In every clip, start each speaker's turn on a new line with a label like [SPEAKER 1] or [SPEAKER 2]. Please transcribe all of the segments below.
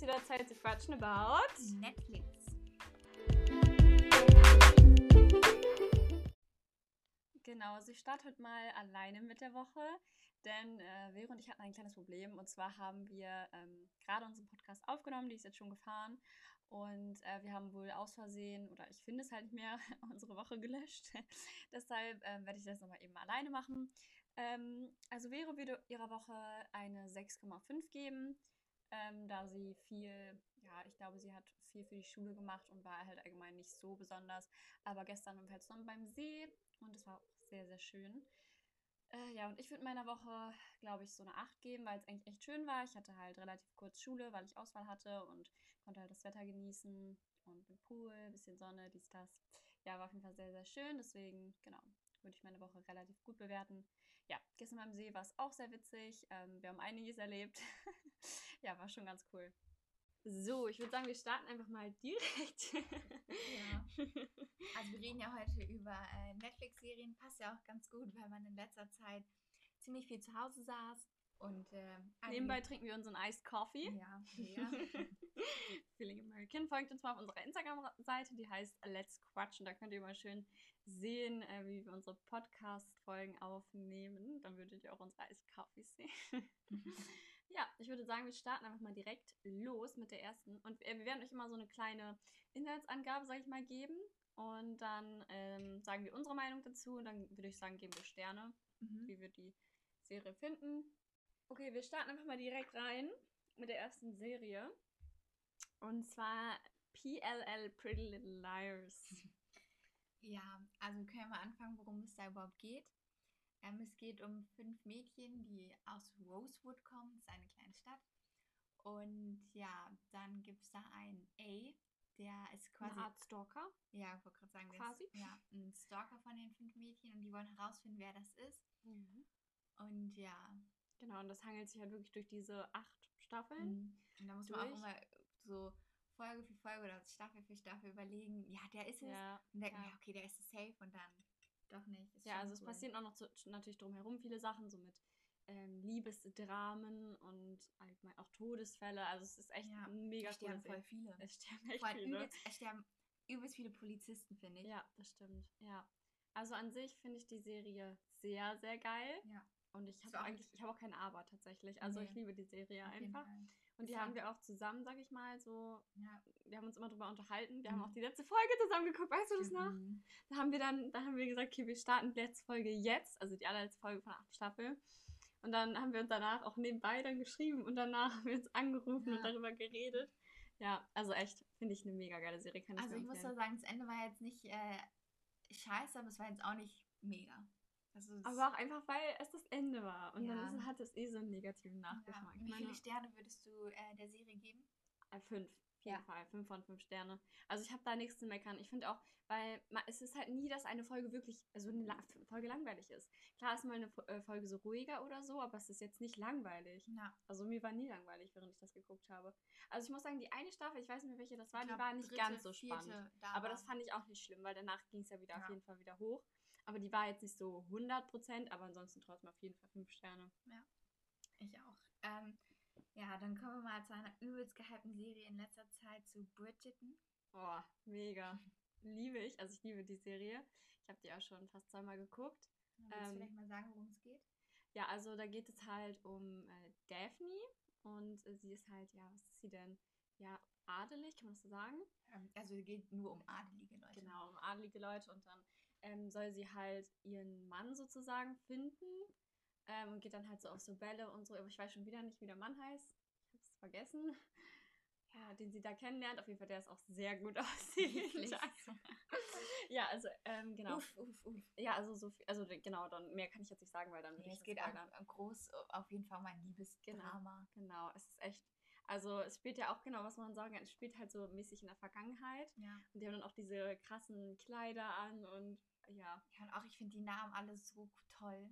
[SPEAKER 1] wieder Zeit zu quatschen about
[SPEAKER 2] Ne, Netflix.
[SPEAKER 1] Genau, also ich starte heute mal alleine mit der Woche, denn äh, Vero und ich hatten ein kleines Problem. Und zwar haben wir ähm, gerade unseren Podcast aufgenommen, die ist jetzt schon gefahren. Und äh, wir haben wohl aus Versehen, oder ich finde es halt nicht mehr, unsere Woche gelöscht. Deshalb ähm, werde ich das nochmal eben alleine machen. Ähm, also Vero würde ihrer Woche eine 6,5 geben, ähm, da sie viel, ja, ich glaube, sie hat viel für die Schule gemacht und war halt allgemein nicht so besonders. Aber gestern waren wir halt zusammen beim See und es war auch sehr, sehr schön. Äh, ja, und ich würde meiner Woche, glaube ich, so eine 8 geben, weil es eigentlich echt schön war. Ich hatte halt relativ kurz Schule, weil ich Auswahl hatte und konnte halt das Wetter genießen und im Pool, bisschen Sonne, dies, das. Ja, war auf jeden Fall sehr, sehr schön. Deswegen, genau, würde ich meine Woche relativ gut bewerten. Ja, gestern beim See war es auch sehr witzig. Ähm, wir haben einiges erlebt. ja, war schon ganz cool. So, ich würde sagen, wir starten einfach mal direkt.
[SPEAKER 2] Ja. Also wir reden ja heute über äh, Netflix-Serien. Passt ja auch ganz gut, weil man in letzter Zeit ziemlich viel zu Hause saß und äh,
[SPEAKER 1] Nebenbei trinken wir unseren Iced Coffee.
[SPEAKER 2] ja, ja.
[SPEAKER 1] Feeling American. Folgt uns mal auf unserer Instagram-Seite, die heißt Let's Quatschen. Da könnt ihr mal schön sehen, äh, wie wir unsere Podcast-Folgen aufnehmen. Dann würdet ihr auch unsere Eiskaffee sehen. ja, ich würde sagen, wir starten einfach mal direkt los mit der ersten. Und äh, wir werden euch immer so eine kleine Inhaltsangabe, sag ich mal, geben. Und dann ähm, sagen wir unsere Meinung dazu. Und dann würde ich sagen, geben wir Sterne
[SPEAKER 2] Mhm.
[SPEAKER 1] wie wir die Serie finden. Okay, wir starten einfach mal direkt rein mit der ersten Serie. Und zwar PLL Pretty Little Liars.
[SPEAKER 2] Ja, also können wir mal anfangen, worum es da überhaupt geht. Ähm, es geht um fünf Mädchen, die aus Rosewood kommen, das ist eine kleine Stadt. Und ja, dann gibt es da einen A, der ist
[SPEAKER 1] Quasi.
[SPEAKER 2] quasi.
[SPEAKER 1] Eine Art Stalker.
[SPEAKER 2] Ja, ich wollte gerade sagen, der
[SPEAKER 1] Quasi.
[SPEAKER 2] ist ja, ein Stalker von den fünf Mädchen und die wollen herausfinden, wer das ist.
[SPEAKER 1] Mhm.
[SPEAKER 2] Und ja,
[SPEAKER 1] Genau, und das hangelt sich halt wirklich durch diese acht Staffeln.
[SPEAKER 2] Mhm. Und da muss man auch
[SPEAKER 1] Durch.
[SPEAKER 2] immer so Folge für Folge oder Staffel für Staffel überlegen, ja, der ist es.
[SPEAKER 1] Ja,
[SPEAKER 2] Und denken,
[SPEAKER 1] ja.
[SPEAKER 2] ja. okay, der ist es safe und dann doch nicht. Ist
[SPEAKER 1] ja
[SPEAKER 2] schon
[SPEAKER 1] also es
[SPEAKER 2] cool.
[SPEAKER 1] passieren auch noch zu, natürlich drumherum viele Sachen, so mit ähm, Liebesdramen und allgemein auch Todesfälle. Also es ist echt
[SPEAKER 2] Ja,
[SPEAKER 1] ein mega
[SPEAKER 2] es sterben
[SPEAKER 1] cooles
[SPEAKER 2] voll viele.
[SPEAKER 1] Es sterben echt
[SPEAKER 2] Vor allem
[SPEAKER 1] viele.
[SPEAKER 2] übelst, es sterben übelst viele Polizisten, finde ich.
[SPEAKER 1] Ja, das stimmt. Ja. Also an sich finde ich die Serie sehr, sehr geil.
[SPEAKER 2] Ja.
[SPEAKER 1] Und ich
[SPEAKER 2] Ist auch
[SPEAKER 1] habe eigentlich, ich habe auch keine Arbeit tatsächlich. Also ich
[SPEAKER 2] Nee.
[SPEAKER 1] liebe die Serie
[SPEAKER 2] Auf jeden
[SPEAKER 1] einfach.
[SPEAKER 2] Fall.
[SPEAKER 1] Und die
[SPEAKER 2] Ist
[SPEAKER 1] haben
[SPEAKER 2] auch-
[SPEAKER 1] wir auch zusammen, sag ich mal, so,
[SPEAKER 2] Ja.
[SPEAKER 1] wir haben uns immer drüber unterhalten. Wir
[SPEAKER 2] Mhm.
[SPEAKER 1] haben auch die letzte Folge zusammen geguckt, weißt du das noch?
[SPEAKER 2] Mhm.
[SPEAKER 1] Da haben wir dann, da haben wir gesagt, okay, wir starten die letzte Folge jetzt, also die allerletzte Folge von der achten Staffel. Und dann haben wir uns danach auch nebenbei dann geschrieben und danach haben wir uns angerufen und
[SPEAKER 2] Ja.
[SPEAKER 1] darüber geredet. Ja, also echt, finde ich eine mega geile Serie, kann ich
[SPEAKER 2] Also
[SPEAKER 1] nur
[SPEAKER 2] ich muss
[SPEAKER 1] empfehlen.
[SPEAKER 2] doch sagen, das Ende war jetzt nicht äh, scheiße, aber es war jetzt auch nicht mega. Also es-
[SPEAKER 1] Aber auch einfach, weil es das Ende war. Und
[SPEAKER 2] Ja.
[SPEAKER 1] dann ist, hat es eh so einen negativen
[SPEAKER 2] ja.
[SPEAKER 1] Nachgeschmack.
[SPEAKER 2] Wie
[SPEAKER 1] Ich meine,
[SPEAKER 2] viele Sterne würdest du äh, der Serie geben?
[SPEAKER 1] äh, fünf. Auf jeden
[SPEAKER 2] Ja.
[SPEAKER 1] Fall. Fünf von fünf Sterne. Also ich habe da nichts zu meckern. Ich finde auch, weil ma- es ist halt nie, dass eine Folge wirklich, also eine La Folge langweilig ist. Klar ist mal eine Fo- äh, Folge so ruhiger oder so, aber es ist jetzt nicht langweilig.
[SPEAKER 2] Ja.
[SPEAKER 1] Also mir war nie langweilig, während ich das geguckt habe. Also ich muss sagen, die eine Staffel, ich weiß nicht mehr welche das war,
[SPEAKER 2] Ich
[SPEAKER 1] die
[SPEAKER 2] glaub,
[SPEAKER 1] war nicht
[SPEAKER 2] dritte,
[SPEAKER 1] ganz so
[SPEAKER 2] vierte,
[SPEAKER 1] spannend.
[SPEAKER 2] da
[SPEAKER 1] Aber
[SPEAKER 2] war-
[SPEAKER 1] das fand ich auch nicht schlimm, weil danach ging es ja wieder auf
[SPEAKER 2] Ja.
[SPEAKER 1] jeden Fall wieder hoch. Aber die war jetzt nicht so 100%, aber ansonsten trotzdem auf jeden Fall 5 Sterne.
[SPEAKER 2] Ich auch. Ähm, ja, dann kommen wir mal zu einer übelst gehypten Serie in letzter Zeit zu Bridgerton.
[SPEAKER 1] Boah, mega. Liebe ich. Also ich liebe die Serie. Ich habe die auch schon fast zweimal geguckt.
[SPEAKER 2] Willst du
[SPEAKER 1] Ähm,
[SPEAKER 2] vielleicht mal sagen, worum es geht?
[SPEAKER 1] Ja, also da geht es halt um äh, Daphne und äh, sie ist halt, ja, was ist sie denn? Ja, adelig, kann man das so sagen?
[SPEAKER 2] Ähm, also es geht nur um adelige Leute.
[SPEAKER 1] Genau, um adelige Leute und dann ähm, soll sie halt ihren Mann sozusagen finden ähm, und geht dann halt so auf so Bälle und so, aber ich weiß schon wieder nicht, wie der Mann heißt. Ich hab's vergessen. Ja, den sie da kennenlernt. Auf jeden Fall, der ist auch sehr gut aussehend.
[SPEAKER 2] Wirklich.
[SPEAKER 1] ja, also ähm, genau.
[SPEAKER 2] Uff, uff, uff.
[SPEAKER 1] Ja, also so viel, also genau, dann mehr kann ich jetzt nicht sagen, weil dann würde ich
[SPEAKER 2] Ja, es
[SPEAKER 1] das ne?
[SPEAKER 2] geht
[SPEAKER 1] spoilern.
[SPEAKER 2] auch groß auf jeden Fall um ein Liebesdrama.
[SPEAKER 1] Genau, es ist echt, also es spielt ja auch genau, was man sagen kann, es spielt halt so mäßig in der Vergangenheit
[SPEAKER 2] Ja.
[SPEAKER 1] und die haben dann auch diese krassen Kleider an und ja,
[SPEAKER 2] ja, und auch ich finde die Namen alle so toll.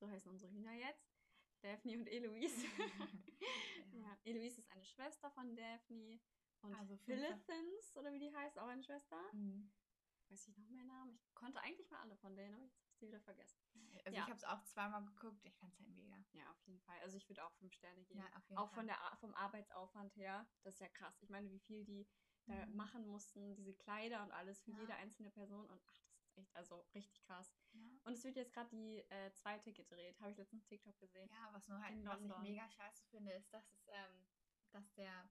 [SPEAKER 1] so heißen unsere Hühner jetzt. Daphne und Eloise.
[SPEAKER 2] Ja.
[SPEAKER 1] ja, Eloise ist eine Schwester von Daphne und
[SPEAKER 2] Also fünf-
[SPEAKER 1] Philithins, oder wie die heißt, auch eine Schwester.
[SPEAKER 2] Mhm.
[SPEAKER 1] Weiß ich noch mehr Namen? Ich konnte eigentlich mal alle von denen, aber jetzt hab's sie wieder vergessen.
[SPEAKER 2] Also
[SPEAKER 1] Ja.
[SPEAKER 2] ich habe es auch zweimal geguckt. Ich fand es halt mega.
[SPEAKER 1] Ja, auf jeden Fall. Also ich würde auch fünf Sterne geben.
[SPEAKER 2] Ja, auf jeden
[SPEAKER 1] auch
[SPEAKER 2] Fall.
[SPEAKER 1] von der, Ar- vom Arbeitsaufwand her, das ist ja krass. Ich meine, wie viel die da
[SPEAKER 2] Mhm.
[SPEAKER 1] machen mussten, diese Kleider und alles für
[SPEAKER 2] Ja.
[SPEAKER 1] jede einzelne Person. Und ach, das ist echt, also richtig krass.
[SPEAKER 2] Ja.
[SPEAKER 1] Und es wird jetzt gerade die äh, zweite gedreht, habe ich letztens TikTok gesehen.
[SPEAKER 2] Ja, was nur halt,
[SPEAKER 1] In
[SPEAKER 2] was ich
[SPEAKER 1] London.
[SPEAKER 2] mega scheiße finde, ist, dass es, ähm, dass der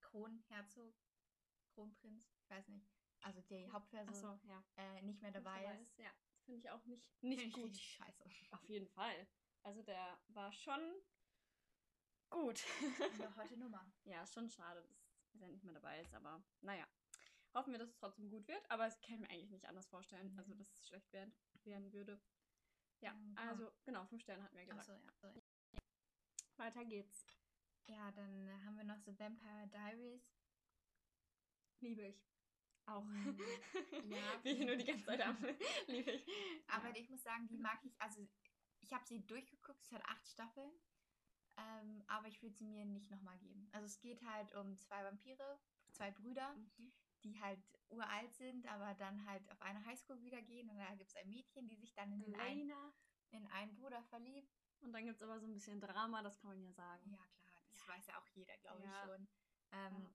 [SPEAKER 2] Kronherzog, Kronprinz, ich weiß nicht, also die Hauptperson
[SPEAKER 1] Ach so, ja.
[SPEAKER 2] äh, nicht mehr
[SPEAKER 1] Nicht
[SPEAKER 2] dabei ist.
[SPEAKER 1] Ja, finde ich auch nicht,
[SPEAKER 2] Finde
[SPEAKER 1] nicht
[SPEAKER 2] ich
[SPEAKER 1] gut.
[SPEAKER 2] richtig scheiße.
[SPEAKER 1] Auf jeden Fall. Also der war schon gut.
[SPEAKER 2] Eine harte Nummer.
[SPEAKER 1] ja, ist schon schade, dass er nicht mehr dabei ist, aber naja. Hoffen wir, dass es trotzdem gut wird, aber es kann ich mir eigentlich nicht anders vorstellen, also
[SPEAKER 2] Mhm.
[SPEAKER 1] dass es schlecht werden, werden würde. Ja,
[SPEAKER 2] Mhm, komm.
[SPEAKER 1] also genau, fünf Sterne hatten wir gesagt.
[SPEAKER 2] Achso, ja. sorry.
[SPEAKER 1] Weiter geht's.
[SPEAKER 2] Ja, dann äh, haben wir noch so Vampire Diaries.
[SPEAKER 1] Liebe ich. Auch.
[SPEAKER 2] Mhm. Ja.
[SPEAKER 1] Wie ich nur die ganze Zeit am Liebe ich.
[SPEAKER 2] Aber
[SPEAKER 1] ja.
[SPEAKER 2] ich muss sagen, die mag ich, also ich habe sie durchgeguckt, es hat acht Staffeln. Ähm, aber ich würde sie mir nicht nochmal geben. Also es geht halt um zwei Vampire, zwei Brüder,
[SPEAKER 1] Mhm.
[SPEAKER 2] die halt uralt sind, aber dann halt auf eine Highschool wieder gehen. Und da gibt es ein Mädchen, die sich dann in, den einen,
[SPEAKER 1] Elena.
[SPEAKER 2] in einen Bruder verliebt.
[SPEAKER 1] Und dann gibt's aber so ein bisschen Drama, das kann man ja sagen.
[SPEAKER 2] Ja, klar, das weiß ja auch jeder, glaube
[SPEAKER 1] Ja.
[SPEAKER 2] ich schon. Ähm,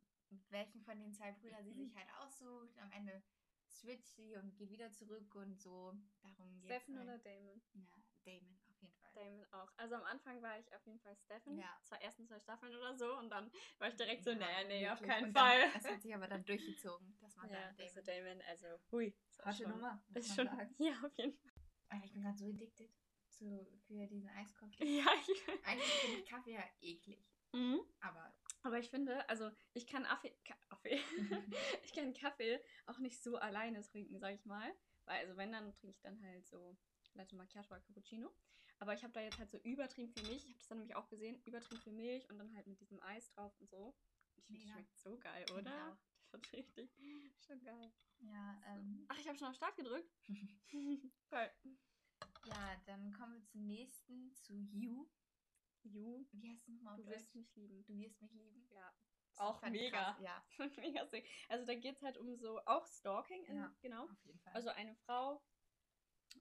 [SPEAKER 2] Welchen von den zwei Brüdern sie sich halt aussucht. Am Ende switcht sie und geht wieder zurück und so. Darum geht es.
[SPEAKER 1] Stefan oder Damon?
[SPEAKER 2] Ja, Damon auf jeden Fall.
[SPEAKER 1] Damon auch. Also am Anfang war ich auf jeden Fall Stefan.
[SPEAKER 2] Ja.
[SPEAKER 1] Zwar ersten zwei Staffeln oder so und dann war ich direkt so,
[SPEAKER 2] Ja,
[SPEAKER 1] nee, nee, auf
[SPEAKER 2] wirklich.
[SPEAKER 1] keinen
[SPEAKER 2] Und dann-
[SPEAKER 1] Fall.
[SPEAKER 2] Es hat sich aber dann durchgezogen, dass man
[SPEAKER 1] Ja,
[SPEAKER 2] dann
[SPEAKER 1] also
[SPEAKER 2] Damon.
[SPEAKER 1] Damon, also hui. ist auch
[SPEAKER 2] Harte
[SPEAKER 1] schon-
[SPEAKER 2] Nummer. muss
[SPEAKER 1] Ist
[SPEAKER 2] man
[SPEAKER 1] schon,
[SPEAKER 2] sagen.
[SPEAKER 1] ja, auf jeden Fall.
[SPEAKER 2] Alter, ich bin gerade so addicted zu, für diesen Eiskoffee.
[SPEAKER 1] Ja, ich,
[SPEAKER 2] Eigentlich finde ich Kaffee ja eklig,
[SPEAKER 1] mhm.
[SPEAKER 2] aber
[SPEAKER 1] Aber ich finde, also ich kann Affe, Ka Affe. ich kann Kaffee auch nicht so alleine trinken, sag ich mal. Weil, also wenn, dann trinke ich dann halt so Latte Macchiato oder Cappuccino. Aber ich habe da jetzt halt so übertrieben viel Milch. Ich habe das dann nämlich auch gesehen, übertrieben viel Milch und dann halt mit diesem Eis drauf und so. Ich finde, das
[SPEAKER 2] Mega.
[SPEAKER 1] schmeckt so geil,
[SPEAKER 2] Finde ich
[SPEAKER 1] oder?
[SPEAKER 2] auch.
[SPEAKER 1] Das ist richtig schon geil.
[SPEAKER 2] ja, ähm,
[SPEAKER 1] Ach, ich habe schon auf Start gedrückt. Voll.
[SPEAKER 2] ja, dann kommen wir zum nächsten, zu You.
[SPEAKER 1] You,
[SPEAKER 2] Wie heißt es nochmal auf
[SPEAKER 1] du wirst
[SPEAKER 2] Deutsch?
[SPEAKER 1] mich lieben.
[SPEAKER 2] Du wirst mich lieben.
[SPEAKER 1] Ja.
[SPEAKER 2] Das
[SPEAKER 1] Auch
[SPEAKER 2] ist halt
[SPEAKER 1] mega.
[SPEAKER 2] Krass. Ja,
[SPEAKER 1] Mega sick. Also da geht es halt um so auch Stalking, in,
[SPEAKER 2] Ja.
[SPEAKER 1] genau.
[SPEAKER 2] auf jeden Fall.
[SPEAKER 1] Also eine Frau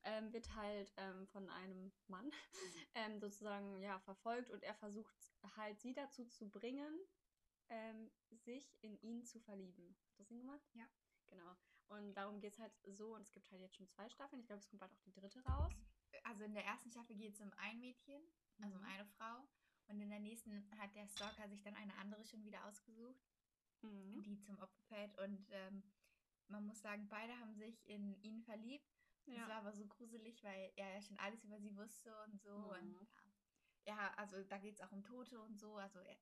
[SPEAKER 1] ähm, wird halt ähm, von einem Mann
[SPEAKER 2] Mhm.
[SPEAKER 1] ähm, sozusagen ja verfolgt und er versucht halt sie dazu zu bringen, ähm, sich in ihn zu verlieben. Hat das Sinn gemacht?
[SPEAKER 2] Ja.
[SPEAKER 1] Genau. Und darum geht es halt so und es gibt halt jetzt schon zwei Staffeln. Ich glaube, es kommt bald auch die dritte raus.
[SPEAKER 2] also in der ersten Staffel geht es um ein Mädchen, also um
[SPEAKER 1] Mhm.
[SPEAKER 2] eine Frau. Und in der nächsten hat der Stalker sich dann eine andere schon wieder ausgesucht.
[SPEAKER 1] Mhm.
[SPEAKER 2] die zum Opfer fällt. Und ähm, man muss sagen, beide haben sich in ihn verliebt. Es war
[SPEAKER 1] Ja.
[SPEAKER 2] aber so gruselig, weil er ja schon alles über sie wusste und so.
[SPEAKER 1] Mhm.
[SPEAKER 2] Und ja. ja, also da geht es auch um Tote und so. Also, er-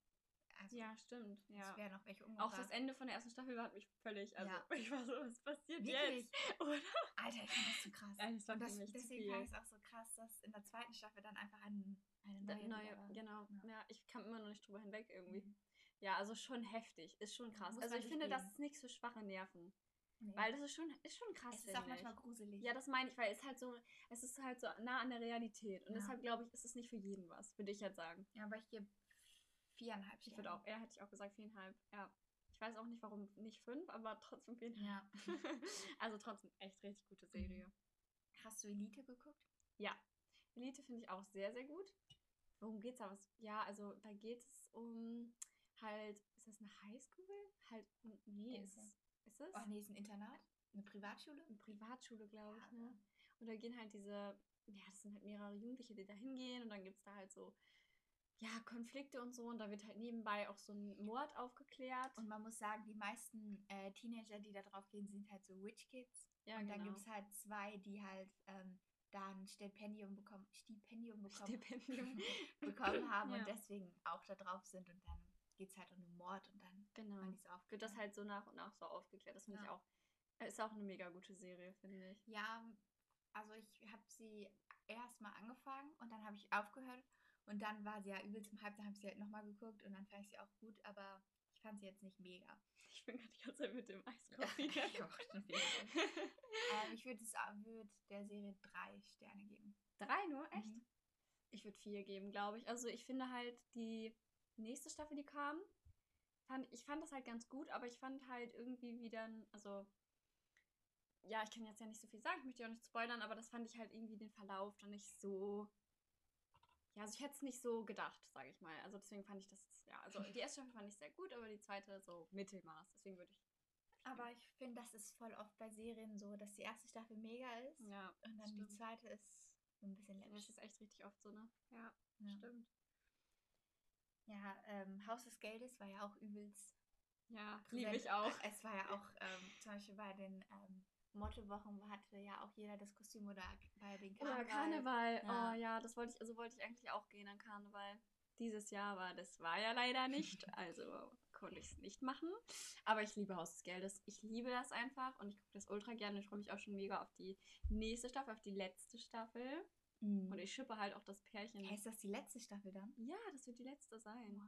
[SPEAKER 2] also
[SPEAKER 1] ja, stimmt. Ja.
[SPEAKER 2] es werden auch welche umgebracht.
[SPEAKER 1] Auch das Ende von der ersten Staffel hat mich völlig, also
[SPEAKER 2] Ja.
[SPEAKER 1] ich war so, was passiert
[SPEAKER 2] Wirklich?
[SPEAKER 1] jetzt? Oder?
[SPEAKER 2] Alter, ich finde das so krass.
[SPEAKER 1] Ja, das war
[SPEAKER 2] und
[SPEAKER 1] für
[SPEAKER 2] das,
[SPEAKER 1] mich zu
[SPEAKER 2] deswegen
[SPEAKER 1] viel.
[SPEAKER 2] fand ich es auch so krass, dass in der zweiten Staffel dann einfach ein, eine
[SPEAKER 1] Da-
[SPEAKER 2] neue,
[SPEAKER 1] neue,
[SPEAKER 2] wieder war.
[SPEAKER 1] genau. Ja.
[SPEAKER 2] Ja.
[SPEAKER 1] ich kam immer noch nicht drüber hinweg irgendwie.
[SPEAKER 2] Mhm.
[SPEAKER 1] Ja, also schon heftig, ist schon krass.
[SPEAKER 2] Muss
[SPEAKER 1] also
[SPEAKER 2] man
[SPEAKER 1] ich finde, das
[SPEAKER 2] durchgehen.
[SPEAKER 1] ist nichts für schwache Nerven,
[SPEAKER 2] Nee.
[SPEAKER 1] weil das ist schon, ist schon krass.
[SPEAKER 2] es ist auch
[SPEAKER 1] finde ich.
[SPEAKER 2] manchmal gruselig.
[SPEAKER 1] ja, das meine ich, weil es halt so, es ist halt so nah an der Realität und
[SPEAKER 2] Ja.
[SPEAKER 1] deshalb glaube ich, ist es nicht für jeden was, würde ich jetzt sagen.
[SPEAKER 2] Ja, aber ich gebe viereinhalb
[SPEAKER 1] Ich würde
[SPEAKER 2] Sterne.
[SPEAKER 1] auch, er hätte ich auch gesagt viereinhalb. Ja, ich weiß auch nicht, warum nicht fünf, aber trotzdem viereinhalb.
[SPEAKER 2] Ja.
[SPEAKER 1] also trotzdem echt richtig gute Serie.
[SPEAKER 2] Hast du Elite geguckt?
[SPEAKER 1] Elite finde ich auch sehr, sehr gut. Worum geht's da? Was? Ja, also da geht es um halt, ist das eine Highschool? Halt, nee, ist,
[SPEAKER 2] Denke.
[SPEAKER 1] ist es?
[SPEAKER 2] Oh nee, ist ein Internat? Eine Privatschule?
[SPEAKER 1] Eine Privatschule, glaube ich,
[SPEAKER 2] Ja,
[SPEAKER 1] ne? Und da gehen halt diese, ja, das sind halt mehrere Jugendliche, die da hingehen und dann gibt es da halt so, ja, Konflikte und so und da wird halt nebenbei auch so ein Mord aufgeklärt.
[SPEAKER 2] Und man muss sagen, die meisten äh, Teenager, die da drauf gehen, sind halt so Rich Kids.
[SPEAKER 1] ja, genau.
[SPEAKER 2] und dann gibt es halt zwei, die halt ähm, da ein Stipendium bekommen, halt Stipendium bekommen,
[SPEAKER 1] Stipendium.
[SPEAKER 2] bekommen haben
[SPEAKER 1] Ja.
[SPEAKER 2] und deswegen auch da drauf sind. Und dann geht es halt um den Mord und dann waren
[SPEAKER 1] Genau.
[SPEAKER 2] die so aufgeklärt.
[SPEAKER 1] Wird das halt so nach und nach so aufgeklärt. Das finde ich
[SPEAKER 2] Ja.
[SPEAKER 1] auch, ist auch eine mega gute Serie, finde ich.
[SPEAKER 2] Ja, also ich habe sie erstmal angefangen und dann habe ich aufgehört. Und dann war sie ja übel zum Hype, dann habe ich sie halt nochmal geguckt und dann fand ich sie auch gut, aber ich fand sie jetzt nicht mega.
[SPEAKER 1] Ich bin gerade die ganze Zeit mit dem Eiskaffee.
[SPEAKER 2] Ich auch schon viel. Ähm, ich würde würd der Serie drei Sterne geben.
[SPEAKER 1] Drei nur? Echt?
[SPEAKER 2] Mhm.
[SPEAKER 1] Ich würde vier geben, glaube ich. Also ich finde halt die nächste Staffel, die kam, fand, ich fand das halt ganz gut, aber ich fand halt irgendwie wieder, also ja, ich kann jetzt ja nicht so viel sagen, ich möchte ja auch nicht spoilern, aber das fand ich halt irgendwie den Verlauf dann nicht so. Ja, also ich hätte es nicht so gedacht, sage ich mal. Also deswegen fand ich das, ja, also die erste Staffel fand ich sehr gut, aber die zweite so Mittelmaß. Deswegen würde ich.
[SPEAKER 2] Aber ich finde, das ist voll oft bei Serien so, dass die erste Staffel mega ist
[SPEAKER 1] Ja,
[SPEAKER 2] und dann die
[SPEAKER 1] stimmt.
[SPEAKER 2] zweite ist so ein bisschen
[SPEAKER 1] Das
[SPEAKER 2] läppisch.
[SPEAKER 1] ist echt richtig oft so, ne? Ja,
[SPEAKER 2] Ja.
[SPEAKER 1] stimmt.
[SPEAKER 2] Ja, ähm, Haus des Geldes war ja auch übelst.
[SPEAKER 1] Ja, liebe
[SPEAKER 2] präsent.
[SPEAKER 1] ich auch.
[SPEAKER 2] Es war ja auch ähm, zum Beispiel bei den ähm, Mottowochen hatte ja auch jeder das Kostüm oder bei den
[SPEAKER 1] Oder
[SPEAKER 2] Karneval.
[SPEAKER 1] Karneval.
[SPEAKER 2] Ja.
[SPEAKER 1] Oh ja, das wollte ich, also wollte ich eigentlich auch gehen an Karneval. Dieses Jahr aber das war ja leider nicht, also konnte ich es nicht machen. Aber ich liebe Haus des Geldes. Ich liebe das einfach und ich gucke das ultra gerne. Ich freue mich auch schon mega auf die nächste Staffel, auf die letzte Staffel.
[SPEAKER 2] Mhm.
[SPEAKER 1] Und ich schippe halt auch das Pärchen.
[SPEAKER 2] Heißt das die letzte Staffel dann?
[SPEAKER 1] Ja, das wird die letzte sein.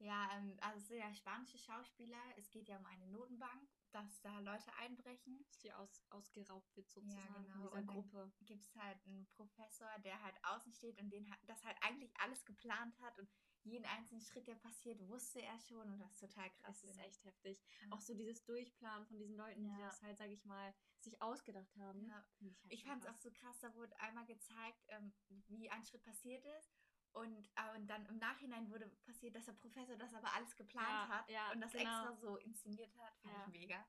[SPEAKER 2] Ja, ähm, also es sind ja spanische Schauspieler. Es geht ja um eine Notenbank, dass da Leute einbrechen.
[SPEAKER 1] Dass die aus, ausgeraubt wird sozusagen
[SPEAKER 2] genau.
[SPEAKER 1] in dieser
[SPEAKER 2] Und dann-
[SPEAKER 1] Gruppe.
[SPEAKER 2] gibt es halt einen Professor, der halt außen steht und den ha- das halt eigentlich alles geplant hat und jeden einzelnen Schritt, der passiert, wusste er schon und das ist total
[SPEAKER 1] Das
[SPEAKER 2] krass.
[SPEAKER 1] ist
[SPEAKER 2] finde ich.
[SPEAKER 1] echt heftig.
[SPEAKER 2] Ja.
[SPEAKER 1] Auch so dieses Durchplanen von diesen Leuten, die
[SPEAKER 2] Ja.
[SPEAKER 1] das halt, sag ich mal, sich ausgedacht haben.
[SPEAKER 2] Ja.
[SPEAKER 1] Finde Ich, halt
[SPEAKER 2] Ich
[SPEAKER 1] schon
[SPEAKER 2] fand es
[SPEAKER 1] krass.
[SPEAKER 2] auch so krass, da wurde einmal gezeigt, ähm, wie ein Schritt passiert ist und, äh, und dann im Nachhinein wurde passiert, dass der Professor das aber alles geplant
[SPEAKER 1] Ja,
[SPEAKER 2] hat
[SPEAKER 1] ja,
[SPEAKER 2] und das
[SPEAKER 1] genau.
[SPEAKER 2] extra so inszeniert hat, fand
[SPEAKER 1] Ja.
[SPEAKER 2] ich mega.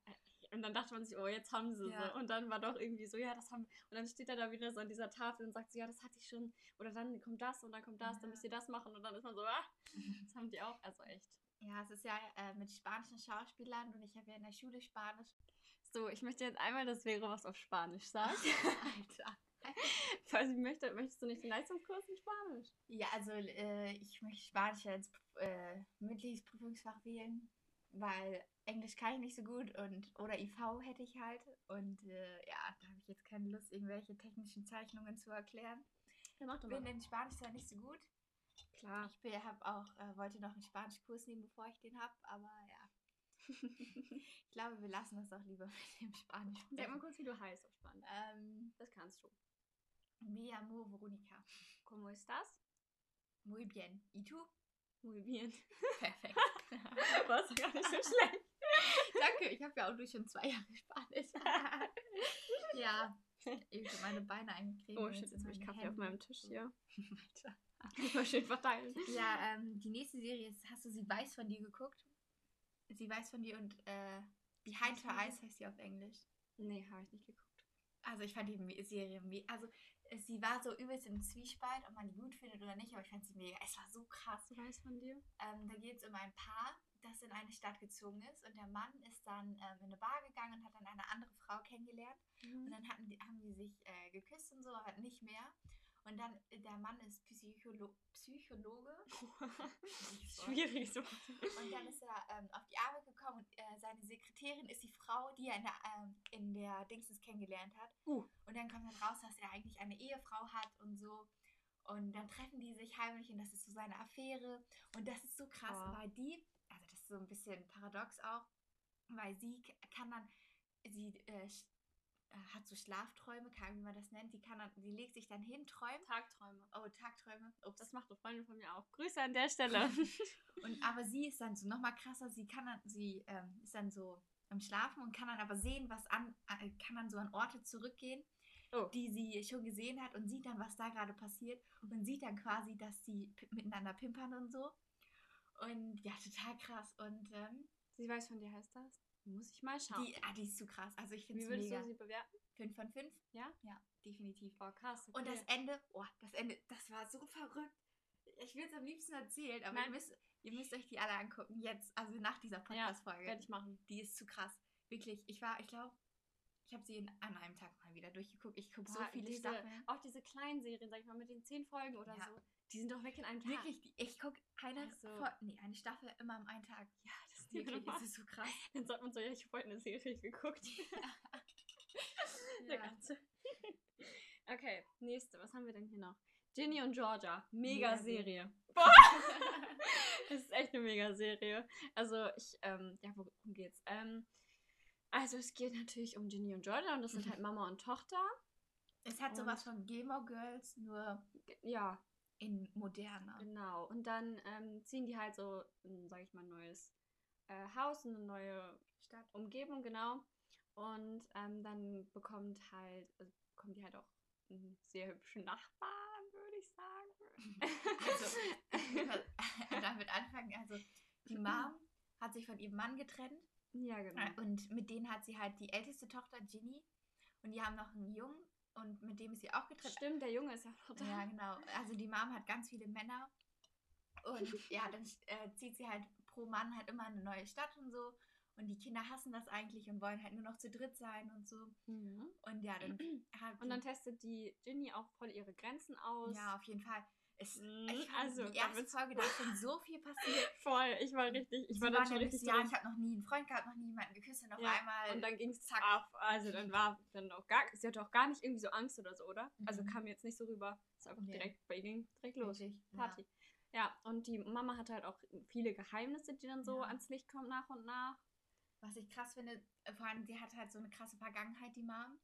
[SPEAKER 1] Und dann dachte man sich, oh, jetzt haben sie
[SPEAKER 2] Ja.
[SPEAKER 1] sie. Und dann war doch irgendwie so, ja, das haben. Und dann steht er da wieder so an dieser Tafel und sagt so, ja, das hatte ich schon. Oder dann kommt das und dann kommt das, dann
[SPEAKER 2] Ja.
[SPEAKER 1] müsst ihr das machen. Und dann ist man so, ah, das haben die auch. Also echt.
[SPEAKER 2] Ja, es ist ja äh, mit spanischen Schauspielern und ich habe ja in der Schule Spanisch.
[SPEAKER 1] So, ich möchte jetzt einmal, dass Vero was auf Spanisch sagt.
[SPEAKER 2] Alter.
[SPEAKER 1] Falls ich möchte, möchtest du nicht den Leistungskurs in Spanisch?
[SPEAKER 2] Ja, also äh, ich möchte Spanisch als äh, mündliches Prüfungsfach wählen, weil Englisch kann ich nicht so gut und oder IV hätte ich halt und äh, ja, da habe ich jetzt keine Lust, irgendwelche technischen Zeichnungen zu erklären.
[SPEAKER 1] Ja, mach doch
[SPEAKER 2] bin
[SPEAKER 1] mal.
[SPEAKER 2] in Spanisch zwar nicht so gut.
[SPEAKER 1] Klar.
[SPEAKER 2] Ich bin, hab auch, äh, wollte noch einen Spanischkurs nehmen, bevor ich den habe, aber ja. ich glaube, wir lassen das auch lieber mit dem Spanisch.
[SPEAKER 1] Sag mal kurz, wie du heißt auf Spanisch.
[SPEAKER 2] Ähm,
[SPEAKER 1] Das kannst du.
[SPEAKER 2] me amo Veronica.
[SPEAKER 1] ¿Cómo estás?
[SPEAKER 2] Muy bien. ¿Y tú?
[SPEAKER 1] Muy bien.
[SPEAKER 2] Perfekt.
[SPEAKER 1] Warst du gar nicht so schlecht.
[SPEAKER 2] Danke, ich habe ja auch nur schon zwei Jahre Spanisch. ja, ich habe meine Beine eingekriegt.
[SPEAKER 1] Oh shit, jetzt habe ich
[SPEAKER 2] meine
[SPEAKER 1] Kaffee auf
[SPEAKER 2] Hände.
[SPEAKER 1] meinem Tisch hier. Mal schön verteilen.
[SPEAKER 2] Ja, ähm, die nächste Serie ist, hast du Sie weiß von dir geguckt? Sie weiß von dir und äh, Behind Her Eyes heißt sie auf Englisch.
[SPEAKER 1] Nee, habe ich nicht geguckt.
[SPEAKER 2] Also ich fand die Me- Serie mega. Also äh, sie war so übelst im Zwiespalt, ob man die gut findet oder nicht, aber ich fand sie mega. Es war so krass.
[SPEAKER 1] Du weißt von dir?
[SPEAKER 2] Ähm, da geht es um ein Paar, das in eine Stadt gezogen ist und der Mann ist dann ähm, in eine Bar gegangen und hat dann eine andere Frau kennengelernt.
[SPEAKER 1] Mhm.
[SPEAKER 2] Und dann hatten die, haben die sich äh, geküsst und so, aber nicht mehr. Und dann, äh, der Mann ist Psycholo Psychologe.
[SPEAKER 1] Schwierig so.
[SPEAKER 2] Und dann ist er ähm, auf die Arbeit gekommen und äh, seine Sekretärin ist die Frau, die er in der, ähm, in der Dingsens kennengelernt hat.
[SPEAKER 1] Uh.
[SPEAKER 2] Und dann kommt dann raus, dass er eigentlich eine Ehefrau hat und so. Und dann treffen die sich heimlich und das ist so seine Affäre. Und das ist so krass,
[SPEAKER 1] Boah.
[SPEAKER 2] weil die, also das ist so ein bisschen paradox auch, weil sie k- kann dann, sie äh, sch- äh, hat so Schlafträume, keine Ahnung, wie man das nennt, die kann dann, sie legt sich dann hin, träumt.
[SPEAKER 1] Tagträume.
[SPEAKER 2] Oh, Tagträume. Ups.
[SPEAKER 1] Das macht eine Freundin von mir auch. Grüße an der Stelle.
[SPEAKER 2] Und aber sie ist dann so nochmal krasser, sie kann dann, sie ähm, ist dann so am Schlafen und kann dann aber sehen, was an, äh, kann dann so an Orte zurückgehen,
[SPEAKER 1] Oh.
[SPEAKER 2] die sie schon gesehen hat und sieht dann, was da gerade passiert und sieht dann quasi, dass sie p- miteinander pimpern und so. Und ja, total krass. Und ähm,
[SPEAKER 1] Sie weiß von dir heißt das? Muss ich mal schauen.
[SPEAKER 2] die, ah, die ist zu krass. Also ich finde
[SPEAKER 1] Wie
[SPEAKER 2] es
[SPEAKER 1] würdest
[SPEAKER 2] mega.
[SPEAKER 1] du sie bewerten?
[SPEAKER 2] 5 von 5?
[SPEAKER 1] Ja?
[SPEAKER 2] Ja, definitiv.
[SPEAKER 1] Oh, krass. Okay.
[SPEAKER 2] Und das Ende, oh, das Ende, das war so verrückt. Ich würde es am liebsten erzählen, aber ihr
[SPEAKER 1] Nein.
[SPEAKER 2] müsst, ihr müsst euch die alle angucken. Jetzt, also nach dieser Podcast-Folge.
[SPEAKER 1] werde ich machen.
[SPEAKER 2] die ist zu krass. Wirklich, ich war, ich glaube, ich habe sie in, an einem Tag mal wieder durchgeguckt. Ich gucke so
[SPEAKER 1] Boah,
[SPEAKER 2] viele
[SPEAKER 1] diese-
[SPEAKER 2] Staffeln.
[SPEAKER 1] Auch diese kleinen Serien, sag ich mal, mit den zehn Folgen oder
[SPEAKER 2] Ja.
[SPEAKER 1] so. Die sind doch weg in einem Tag.
[SPEAKER 2] Wirklich, die, ich gucke eine,
[SPEAKER 1] Also-
[SPEAKER 2] Fol- nee, eine Staffel immer am einen Tag. Ja, das
[SPEAKER 1] ist nicht
[SPEAKER 2] wirklich,
[SPEAKER 1] normal.
[SPEAKER 2] das ist so krass.
[SPEAKER 1] Dann sagt man so, ja, ich habe heute eine Serie geguckt. Eine
[SPEAKER 2] Ja.
[SPEAKER 1] ganze. Okay, nächste. Was haben wir denn hier noch? Ginny und Georgia. Mega Serie. Das ist echt eine mega Serie. Also, ich, ähm, ja, worum geht's? Ähm, also, es geht natürlich um Ginny und Georgia und das sind
[SPEAKER 2] Mhm.
[SPEAKER 1] halt Mama und Tochter.
[SPEAKER 2] es hat
[SPEAKER 1] Und-
[SPEAKER 2] sowas von Gilmore Girls, nur
[SPEAKER 1] G- Ja,
[SPEAKER 2] in moderner.
[SPEAKER 1] genau. Und dann ähm, ziehen die halt so, ähm, sag ich mal, ein neues äh, Haus, und eine neue
[SPEAKER 2] Stadt.
[SPEAKER 1] Umgebung, genau. Und ähm, dann bekommt halt, also bekommen die halt auch einen sehr hübschen Nachbarn, würde ich sagen.
[SPEAKER 2] Also, damit anfangen. Also, die Mom hat sich von ihrem Mann getrennt
[SPEAKER 1] ja, genau.
[SPEAKER 2] und mit denen hat sie halt die älteste Tochter, Ginny, und die haben noch einen Jungen und mit dem ist sie auch getrennt.
[SPEAKER 1] Stimmt, der Junge ist ja auch noch da.
[SPEAKER 2] Ja, genau. Also, die Mom hat ganz viele Männer und ja, dann äh, zieht sie halt pro Mann halt immer eine neue Stadt und so. Und die Kinder hassen das eigentlich und wollen halt nur noch zu dritt sein und so.
[SPEAKER 1] Mhm.
[SPEAKER 2] Und ja, dann hat
[SPEAKER 1] Und dann
[SPEAKER 2] die-
[SPEAKER 1] testet die Ginny auch voll ihre Grenzen aus.
[SPEAKER 2] ja, auf jeden Fall. Es,
[SPEAKER 1] Mhm,
[SPEAKER 2] ich fand,
[SPEAKER 1] also,
[SPEAKER 2] also, die erste
[SPEAKER 1] damit's-
[SPEAKER 2] Folge, da ist schon so viel passiert.
[SPEAKER 1] voll. Ich war richtig, ich war dann schon richtig
[SPEAKER 2] ja,
[SPEAKER 1] drin.
[SPEAKER 2] ich habe noch nie einen Freund gehabt, noch nie jemanden geküsst und auf
[SPEAKER 1] Ja,
[SPEAKER 2] einmal.
[SPEAKER 1] Und dann ging es
[SPEAKER 2] zack.
[SPEAKER 1] ab. Also dann war dann auch gar, sie hatte auch gar nicht irgendwie so Angst oder so, oder? Also
[SPEAKER 2] Mhm.
[SPEAKER 1] kam jetzt nicht so rüber. Ist einfach
[SPEAKER 2] Nee.
[SPEAKER 1] direkt, bei ihr ging direkt los.
[SPEAKER 2] Richtig,
[SPEAKER 1] Party. Ja. und die Mama hatte halt auch viele Geheimnisse, die dann so
[SPEAKER 2] Ja.
[SPEAKER 1] ans Licht kommen nach und nach.
[SPEAKER 2] Ja. Was ich krass finde, äh, vor allem, sie hat halt so eine krasse Vergangenheit, die Mom.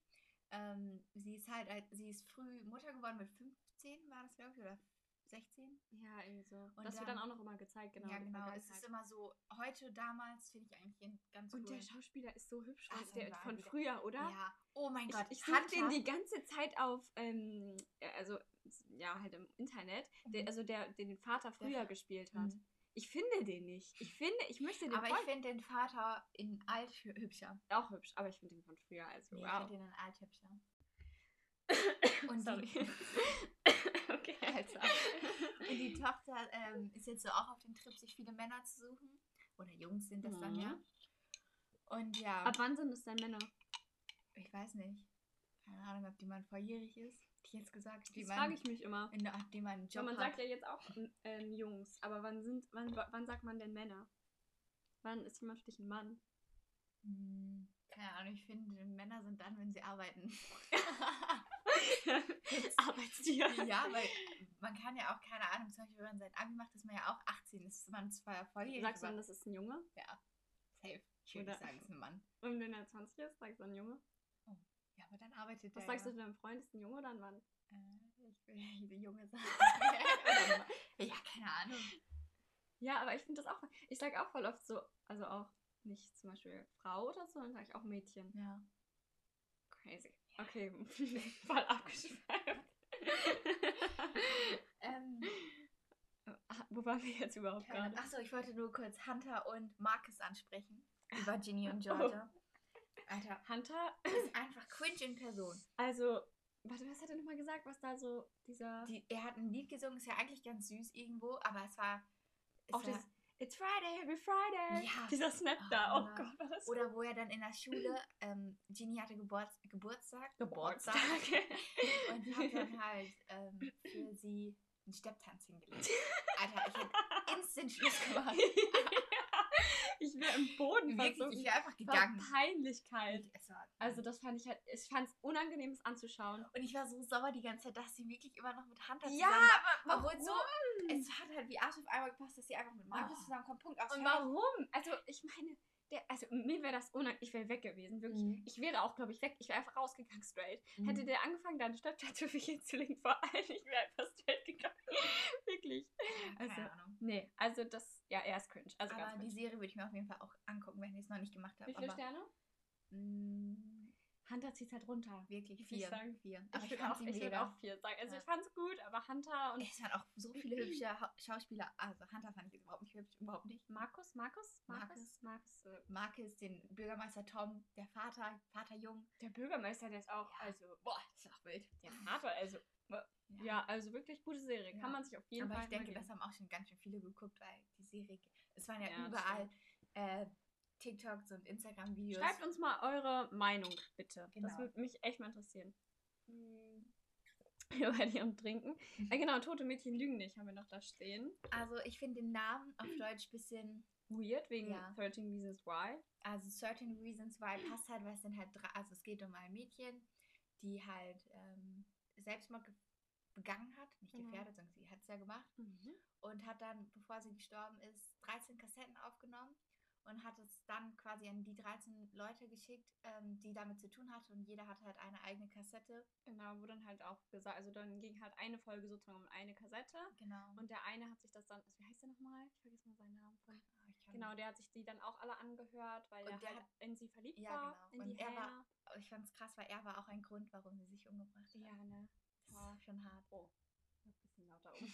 [SPEAKER 2] Ähm, sie ist halt, als- sie ist früh Mutter geworden mit 15, war das, glaube ich, oder 16?
[SPEAKER 1] Ja, irgendwie so.
[SPEAKER 2] Und
[SPEAKER 1] das wird dann
[SPEAKER 2] dann-
[SPEAKER 1] auch noch immer gezeigt, genau.
[SPEAKER 2] ja,
[SPEAKER 1] die
[SPEAKER 2] genau. Es
[SPEAKER 1] Vergangenheit.
[SPEAKER 2] ist immer so, heute, damals, finde ich eigentlich ganz
[SPEAKER 1] und
[SPEAKER 2] cool.
[SPEAKER 1] der Schauspieler ist so hübsch,
[SPEAKER 2] Ach,
[SPEAKER 1] also der
[SPEAKER 2] dann war
[SPEAKER 1] von
[SPEAKER 2] wieder-
[SPEAKER 1] früher, oder?
[SPEAKER 2] Ja. Oh mein Gott.
[SPEAKER 1] ich ich suche den
[SPEAKER 2] Hunter.
[SPEAKER 1] die ganze Zeit auf, ähm, äh, also ja, halt im Internet, der,
[SPEAKER 2] Mhm.
[SPEAKER 1] also der, den den Vater früher
[SPEAKER 2] Vater.
[SPEAKER 1] gespielt hat.
[SPEAKER 2] Mhm.
[SPEAKER 1] Ich finde den nicht. Ich finde, ich möchte den
[SPEAKER 2] Aber ich
[SPEAKER 1] voll-
[SPEAKER 2] finde den Vater in alt hü- hübscher.
[SPEAKER 1] auch hübsch, aber ich finde den von früher, also
[SPEAKER 2] Nee, Ich
[SPEAKER 1] wow.
[SPEAKER 2] finde den in alt hübscher. Und die,
[SPEAKER 1] okay, also.
[SPEAKER 2] und die Tochter ähm, ist jetzt so auch auf den Trip, sich viele Männer zu suchen. Oder Jungs sind das dann
[SPEAKER 1] Mhm.
[SPEAKER 2] ja. Und ja,
[SPEAKER 1] Ab wann sind es denn Männer?
[SPEAKER 2] ich weiß nicht. Keine Ahnung, ob die man volljährig ist. Hätte ich jetzt gesagt, ob die
[SPEAKER 1] Das frage
[SPEAKER 2] man,
[SPEAKER 1] ich mich immer.
[SPEAKER 2] in, ob die man einen Job
[SPEAKER 1] Ja, man
[SPEAKER 2] hat.
[SPEAKER 1] sagt ja jetzt auch ähm, Jungs, aber wann sind, wann, wann sagt man denn Männer? Wann ist jemand für dich ein Mann?
[SPEAKER 2] Hm, keine Ahnung, ich finde, Männer sind dann, wenn sie arbeiten.
[SPEAKER 1] Arbeitstier.
[SPEAKER 2] ja, weil man kann ja auch, keine Ahnung, zum Beispiel, wenn man sein Abi macht, ist man ja auch 18, ist man zwar volljährig,
[SPEAKER 1] Sagst du
[SPEAKER 2] aber-
[SPEAKER 1] dann, das ist ein Junge?
[SPEAKER 2] Safe. Ich würde
[SPEAKER 1] Oder-
[SPEAKER 2] sagen, es ist ein Mann.
[SPEAKER 1] Und wenn er 20 ist, sagst du ein Junge?
[SPEAKER 2] Ja, aber dann arbeitet
[SPEAKER 1] Was
[SPEAKER 2] der
[SPEAKER 1] sagst du
[SPEAKER 2] ja.
[SPEAKER 1] deinem Freund, ist ein Junge oder ein Mann?
[SPEAKER 2] Äh, ich will ja diese junge sagen. Oder ein Mann. ja, keine Ahnung.
[SPEAKER 1] Ja, aber ich finde das auch, ich sage auch voll oft so, also auch nicht zum Beispiel Frau oder so, dann sage ich auch Mädchen.
[SPEAKER 2] Ja.
[SPEAKER 1] Crazy. Okay, voll abgeschweift.
[SPEAKER 2] Ähm,
[SPEAKER 1] Ah, Wo waren wir jetzt
[SPEAKER 2] Oh
[SPEAKER 1] überhaupt gerade?
[SPEAKER 2] Achso, ich wollte nur kurz Hunter und Marcus ansprechen. Über Ginny und Georgia. Alter,
[SPEAKER 1] Hunter,
[SPEAKER 2] das ist einfach Quinch in Person.
[SPEAKER 1] also, warte, was hat er nochmal gesagt, was da so dieser...
[SPEAKER 2] Die, er hat ein Lied gesungen, ist ja eigentlich ganz süß irgendwo, aber es war. Es
[SPEAKER 1] auch
[SPEAKER 2] war
[SPEAKER 1] dieses, It's Friday, Happy Friday.
[SPEAKER 2] Ja.
[SPEAKER 1] Dieser Snap
[SPEAKER 2] Oh
[SPEAKER 1] da, oh
[SPEAKER 2] Mann.
[SPEAKER 1] Gott, war das
[SPEAKER 2] oder wo er dann in der Schule, ähm, Ginny hatte Geburts Geburtstag.
[SPEAKER 1] Geburtstag.
[SPEAKER 2] Und ich habe dann halt ähm, für sie einen Stepptanz hingelegt. Alter, ich hätte instant Schluss gemacht.
[SPEAKER 1] ich wäre im Boden
[SPEAKER 2] Wirklich, ich
[SPEAKER 1] versunken.
[SPEAKER 2] wäre einfach
[SPEAKER 1] Vor
[SPEAKER 2] gegangen.
[SPEAKER 1] Peinlichkeit.
[SPEAKER 2] Es war-
[SPEAKER 1] Also das fand ich halt, ich fand es unangenehm, es anzuschauen.
[SPEAKER 2] und ich war so sauer die ganze Zeit, dass sie wirklich immer noch mit Hunter
[SPEAKER 1] Ja,
[SPEAKER 2] zusammen war.
[SPEAKER 1] aber
[SPEAKER 2] Obwohl so, es hat halt wie Arsch auf einmal gepasst, dass sie einfach mit Markus
[SPEAKER 1] Oh.
[SPEAKER 2] zusammenkommt. Punkt. Aus
[SPEAKER 1] Und warum? Also ich meine, der, also mir wäre das unangenehm, ich wäre weg gewesen, wirklich.
[SPEAKER 2] Mhm.
[SPEAKER 1] Ich wäre auch, glaube ich, weg. Ich wäre einfach rausgegangen straight.
[SPEAKER 2] Mhm.
[SPEAKER 1] Hätte der angefangen, dann Stöpftattoo für ihn zu legen, vor allem, ich wäre einfach straight gegangen. wirklich.
[SPEAKER 2] Keine
[SPEAKER 1] Also,
[SPEAKER 2] Ahnung.
[SPEAKER 1] nee, also das, ja, er ist cringe. Also
[SPEAKER 2] aber
[SPEAKER 1] ganz
[SPEAKER 2] die
[SPEAKER 1] cringe.
[SPEAKER 2] Serie würde ich mir auf jeden Fall auch angucken, wenn ich es noch nicht gemacht habe.
[SPEAKER 1] Wie viele
[SPEAKER 2] aber,
[SPEAKER 1] Sterne?
[SPEAKER 2] mh,
[SPEAKER 1] Hunter zieht halt runter.
[SPEAKER 2] wirklich
[SPEAKER 1] Würde ich
[SPEAKER 2] vier.
[SPEAKER 1] sagen.
[SPEAKER 2] vier.
[SPEAKER 1] Ich würde
[SPEAKER 2] fand's
[SPEAKER 1] auch,
[SPEAKER 2] irgendwie
[SPEAKER 1] ich würd
[SPEAKER 2] jeder.
[SPEAKER 1] auch vier sagen. Also
[SPEAKER 2] Ja.
[SPEAKER 1] ich fand's gut, aber Hunter und
[SPEAKER 2] Es waren auch so viele hübsche Ha- Schauspieler. Also Hunter fand ich jetzt überhaupt nicht hübsch, überhaupt nicht.
[SPEAKER 1] Markus, Markus, Markus,
[SPEAKER 2] Markus.
[SPEAKER 1] Markus. äh,
[SPEAKER 2] Marcus, den Bürgermeister Tom, der Vater, Vater Jung.
[SPEAKER 1] Der Bürgermeister, der ist auch, also, boah,
[SPEAKER 2] ist auch wild.
[SPEAKER 1] der Vater, also,
[SPEAKER 2] Ja.
[SPEAKER 1] ja, also wirklich gute Serie.
[SPEAKER 2] Ja.
[SPEAKER 1] Kann man sich auf jeden
[SPEAKER 2] Aber
[SPEAKER 1] Fall
[SPEAKER 2] ich denke,
[SPEAKER 1] mal
[SPEAKER 2] das
[SPEAKER 1] geben.
[SPEAKER 2] haben auch schon ganz schön viele geguckt, weil die Serie, es waren ja,
[SPEAKER 1] Ja, das
[SPEAKER 2] überall äh, TikToks und Instagram-Videos.
[SPEAKER 1] Schreibt uns mal eure Meinung, bitte. Das
[SPEAKER 2] Genau.
[SPEAKER 1] würde mich echt mal interessieren.
[SPEAKER 2] Mm,
[SPEAKER 1] Über die am Trinken. Äh, genau, tote Mädchen lügen nicht, haben wir noch da stehen.
[SPEAKER 2] Also ich finde den Namen auf Deutsch ein bisschen,
[SPEAKER 1] Weird, wegen
[SPEAKER 2] Ja.
[SPEAKER 1] 13 Reasons Why.
[SPEAKER 2] also Certain Reasons Why passt halt, weil es sind halt, drei- also es geht um ein Mädchen, die halt ähm, Selbstmord ge- begangen hat, nicht
[SPEAKER 1] Genau.
[SPEAKER 2] gefährdet, sondern Mhm. sie hat es ja gemacht. und hat dann, bevor sie gestorben ist, 13 Kassetten aufgenommen und hat es dann quasi an die 13 Leute geschickt, ähm, die damit zu tun hatten und jeder hatte halt eine eigene Kassette.
[SPEAKER 1] Genau, wo dann halt auch gesagt, also dann ging halt eine Folge sozusagen um eine Kassette
[SPEAKER 2] Genau.
[SPEAKER 1] und der eine hat sich das dann, also wie heißt der nochmal? Ich vergesse mal seinen Namen von. Genau,
[SPEAKER 2] genau.
[SPEAKER 1] der hat sich die dann auch alle angehört, weil
[SPEAKER 2] Und
[SPEAKER 1] er
[SPEAKER 2] der
[SPEAKER 1] halt
[SPEAKER 2] hat-
[SPEAKER 1] in sie verliebt
[SPEAKER 2] Ja,
[SPEAKER 1] war,
[SPEAKER 2] genau.
[SPEAKER 1] in
[SPEAKER 2] Und
[SPEAKER 1] die
[SPEAKER 2] er war-
[SPEAKER 1] Hannah.
[SPEAKER 2] Ich fand es krass, weil er war auch ein Grund, warum sie sich umgebracht hat.
[SPEAKER 1] Ja, ne.
[SPEAKER 2] Das ist schon hart.
[SPEAKER 1] Oh, ein bisschen lauter oben.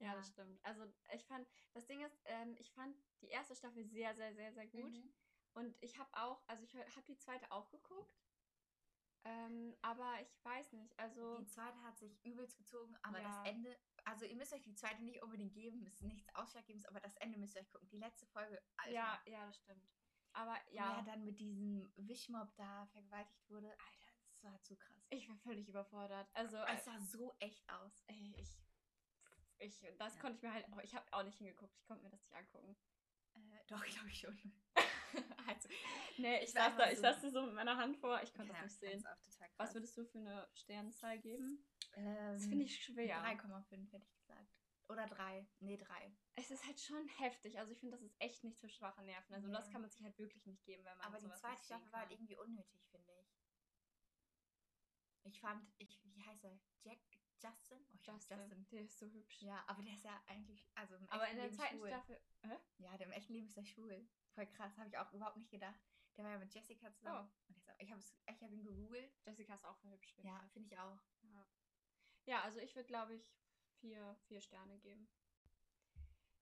[SPEAKER 1] ja, das
[SPEAKER 2] Ja.
[SPEAKER 1] stimmt. Also ich fand, das Ding ist, ähm, ich fand die erste Staffel sehr, sehr, sehr, sehr gut.
[SPEAKER 2] Mhm.
[SPEAKER 1] Und ich habe auch, also ich habe die zweite auch geguckt. Ähm, aber ich weiß nicht, also
[SPEAKER 2] Die zweite hat sich übelst gezogen, aber
[SPEAKER 1] Ja.
[SPEAKER 2] das Ende, also ihr müsst euch die zweite nicht unbedingt geben, ist nichts Ausschlaggebendes, aber das Ende müsst ihr euch gucken. Die letzte Folge, Alter.
[SPEAKER 1] ja, ja, das stimmt. Aber
[SPEAKER 2] Wo er
[SPEAKER 1] ja,
[SPEAKER 2] dann mit diesem Wischmob da vergewaltigt wurde, Alter, das war zu krass.
[SPEAKER 1] ich war völlig überfordert. Also äh,
[SPEAKER 2] Es sah so echt aus.
[SPEAKER 1] ey, ich, ich, das
[SPEAKER 2] Ja.
[SPEAKER 1] konnte ich mir halt, auch, ich habe auch nicht hingeguckt, ich konnte mir das nicht angucken.
[SPEAKER 2] Äh, doch, glaube ich schon.
[SPEAKER 1] also, nee, ich,
[SPEAKER 2] war
[SPEAKER 1] saß da,
[SPEAKER 2] einfach
[SPEAKER 1] ich
[SPEAKER 2] so-
[SPEAKER 1] saß da so mit meiner Hand vor, ich konnte
[SPEAKER 2] Ja,
[SPEAKER 1] das nicht sehen.
[SPEAKER 2] ganz oft total krass.
[SPEAKER 1] Was würdest du für eine Sternzahl geben?
[SPEAKER 2] ähm,
[SPEAKER 1] Das finde ich schwer.
[SPEAKER 2] 3,5 hätte ich gesagt. Oder 3. Nee, 3.
[SPEAKER 1] Es ist halt schon heftig. Also ich finde, das ist echt nicht für schwache Nerven. Also
[SPEAKER 2] Nee.
[SPEAKER 1] das kann man sich halt wirklich nicht geben, wenn man
[SPEAKER 2] Aber die
[SPEAKER 1] sowas
[SPEAKER 2] zweite
[SPEAKER 1] nicht sehen
[SPEAKER 2] Staffel war halt
[SPEAKER 1] kann.
[SPEAKER 2] irgendwie unnötig, finde ich. Ich fand, ich, wie heißt er? Jack, Justin? Oh, ich fand
[SPEAKER 1] Justin, der ist so hübsch.
[SPEAKER 2] Ja, aber der ist ja eigentlich, also im
[SPEAKER 1] Aber
[SPEAKER 2] echten
[SPEAKER 1] in der
[SPEAKER 2] Leben
[SPEAKER 1] zweiten
[SPEAKER 2] schwul.
[SPEAKER 1] Staffel. Hä?
[SPEAKER 2] Ja, der im echten Leben ist er schwul. Voll krass, habe ich auch überhaupt nicht gedacht. Der war ja mit Jessica zusammen.
[SPEAKER 1] Oh.
[SPEAKER 2] Und der ist, auch- ich habe ich hab ihn gegoogelt.
[SPEAKER 1] Jessica ist auch voll hübsch. finde
[SPEAKER 2] Ja, finde ich auch.
[SPEAKER 1] ich. Ja. ja, also ich würde, glaube ich, vier, vier Sterne geben.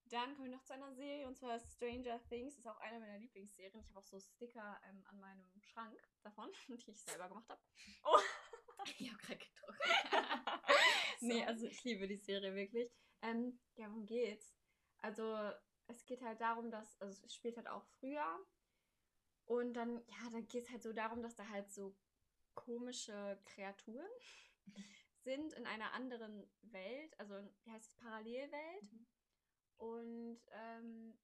[SPEAKER 1] Dann kommen wir noch zu einer Serie und zwar Stranger Things. Ist auch eine meiner Lieblingsserien. Ich habe auch so Sticker ähm, an meinem Schrank davon, die ich selber gemacht habe.
[SPEAKER 2] Ich habe gerade gedruckt.
[SPEAKER 1] nee,
[SPEAKER 2] So.
[SPEAKER 1] also ich liebe die Serie wirklich. Ähm, ja, worum geht's? Also, es geht halt darum, dass, also es spielt halt auch früher. Und dann, ja, da geht es halt so darum, dass da halt so komische Kreaturen sind in einer anderen Welt, also in- wie heißt es, Parallelwelt.
[SPEAKER 2] Mhm.
[SPEAKER 1] Und ähm,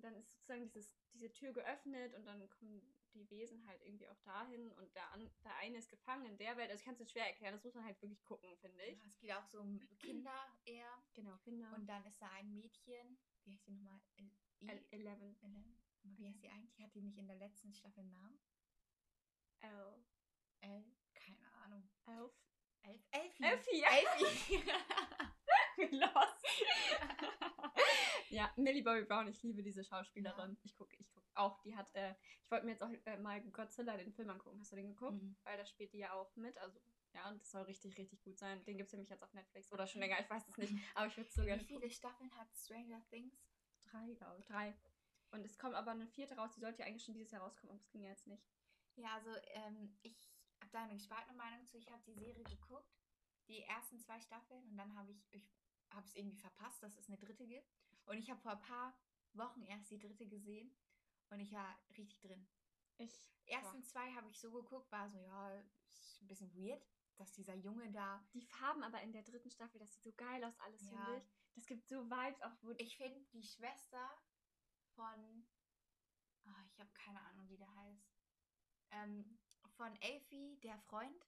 [SPEAKER 1] dann ist sozusagen dieses, diese Tür geöffnet und dann kommen die Wesen halt irgendwie auch dahin und der, an, der eine ist gefangen in der Welt. Also ich kann es jetzt schwer erklären, das muss man halt wirklich gucken, finde ich.
[SPEAKER 2] Ja, es geht auch so um Kinder eher.
[SPEAKER 1] Genau, Kinder.
[SPEAKER 2] Und dann ist da ein Mädchen. Wie heißt die nochmal? El- I-
[SPEAKER 1] El- Äh, Eleven.
[SPEAKER 2] Ellen? Aber Wie heißt sie eigentlich? Hat die nicht in der letzten Staffel einen Namen?
[SPEAKER 1] El.
[SPEAKER 2] El? Keine Ahnung.
[SPEAKER 1] Elf.
[SPEAKER 2] Elf? Elfie.
[SPEAKER 1] Elfie, ja.
[SPEAKER 2] Elfie.
[SPEAKER 1] Los. ja, Millie Bobby Brown, ich liebe diese Schauspielerin. Ich gucke, ich gucke auch. Die hat, äh, ich wollte mir jetzt auch äh, mal Godzilla den Film angucken. Hast du den geguckt?
[SPEAKER 2] Mhm.
[SPEAKER 1] Weil da spielt die ja auch mit. Also, ja, und das soll richtig, richtig gut sein. Den gibt es nämlich jetzt auf Netflix oder schon länger, ich weiß es nicht. Aber ich würde es so gerne
[SPEAKER 2] Wie viele Staffeln hat Stranger Things?
[SPEAKER 1] Drei, glaube ich. Drei. Und es kommt aber eine vierte raus, die sollte ja eigentlich schon dieses Jahr rauskommen, aber es ging ja jetzt nicht.
[SPEAKER 2] Ja, also ähm, ich habe da eine gespaltene Meinung zu. Ich habe die Serie geguckt, die ersten zwei Staffeln, und dann habe ich, ich habe es irgendwie verpasst, dass es eine dritte gibt. Und ich habe vor ein paar Wochen erst die dritte gesehen und ich war richtig drin.
[SPEAKER 1] Ich.
[SPEAKER 2] Die ersten zwei habe ich so geguckt, war so, ja, ist ein bisschen weird, dass dieser Junge da.
[SPEAKER 1] Die Farben aber in der dritten Staffel, das sieht so geil aus, alles,
[SPEAKER 2] Ja.
[SPEAKER 1] finde ich. Das gibt so Vibes auch, wo
[SPEAKER 2] Ich finde die Schwester von. ah, ich habe keine Ahnung, wie der heißt. Ähm, von Elfie, der Freund,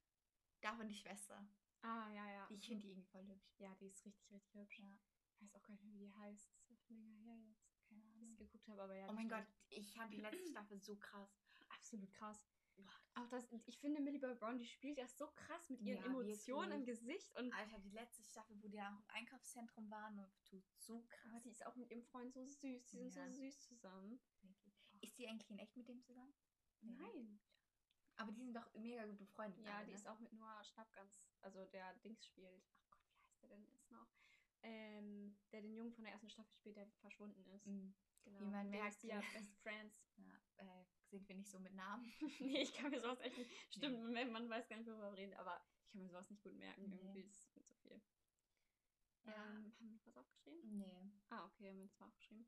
[SPEAKER 2] davon die Schwester.
[SPEAKER 1] Ah, ja, ja.
[SPEAKER 2] Ich finde die irgendwie voll hübsch.
[SPEAKER 1] Ja, die ist richtig, richtig hübsch.
[SPEAKER 2] Ja.
[SPEAKER 1] Ich weiß auch gar nicht mehr, wie die heißt. Das ist schon länger her jetzt.
[SPEAKER 2] Keine
[SPEAKER 1] Dass ich
[SPEAKER 2] Ahnung.
[SPEAKER 1] geguckt habe, aber ja.
[SPEAKER 2] Oh
[SPEAKER 1] das
[SPEAKER 2] mein
[SPEAKER 1] stimmt.
[SPEAKER 2] Gott, ich fand die letzte Staffel so krass.
[SPEAKER 1] Absolut krass.
[SPEAKER 2] Boah.
[SPEAKER 1] Auch das, ich finde, Millie Bobby Brown, die spielt das so krass mit ihren
[SPEAKER 2] Ja,
[SPEAKER 1] Emotionen im
[SPEAKER 2] wirklich.
[SPEAKER 1] Gesicht. Und
[SPEAKER 2] Alter, die letzte Staffel, wo die auch im Einkaufszentrum waren und du so
[SPEAKER 1] aber
[SPEAKER 2] krass.
[SPEAKER 1] die ist auch mit ihrem Freund so süß. Die sind
[SPEAKER 2] Ja.
[SPEAKER 1] so süß zusammen.
[SPEAKER 2] Ist die eigentlich in echt mit dem zusammen? Ja.
[SPEAKER 1] Nein.
[SPEAKER 2] Aber die sind doch mega gut befreundet.
[SPEAKER 1] Mhm. Ja,
[SPEAKER 2] alle,
[SPEAKER 1] die
[SPEAKER 2] ne?
[SPEAKER 1] ist auch mit Noah Schnapp ganz, also der Dings spielt. Ach Gott, wie heißt der denn jetzt noch? Ähm, der den Jungen von der ersten Staffel spielt, der verschwunden ist.
[SPEAKER 2] Mhm.
[SPEAKER 1] Genau.
[SPEAKER 2] Wie man
[SPEAKER 1] Mit dem
[SPEAKER 2] merkt,
[SPEAKER 1] ist die ja
[SPEAKER 2] ne?
[SPEAKER 1] Best Friends.
[SPEAKER 2] Ja, äh, sind wir nicht so mit Namen.
[SPEAKER 1] nee, ich kann mir sowas echt nicht. Stimmt, man- man weiß gar nicht, worüber wir reden, aber ich kann mir sowas nicht gut merken.
[SPEAKER 2] Nee.
[SPEAKER 1] Irgendwie ist es mir zu viel.
[SPEAKER 2] Ja.
[SPEAKER 1] Ähm, haben wir noch was aufgeschrieben?
[SPEAKER 2] Nee.
[SPEAKER 1] Ah, okay, haben wir das mal aufgeschrieben.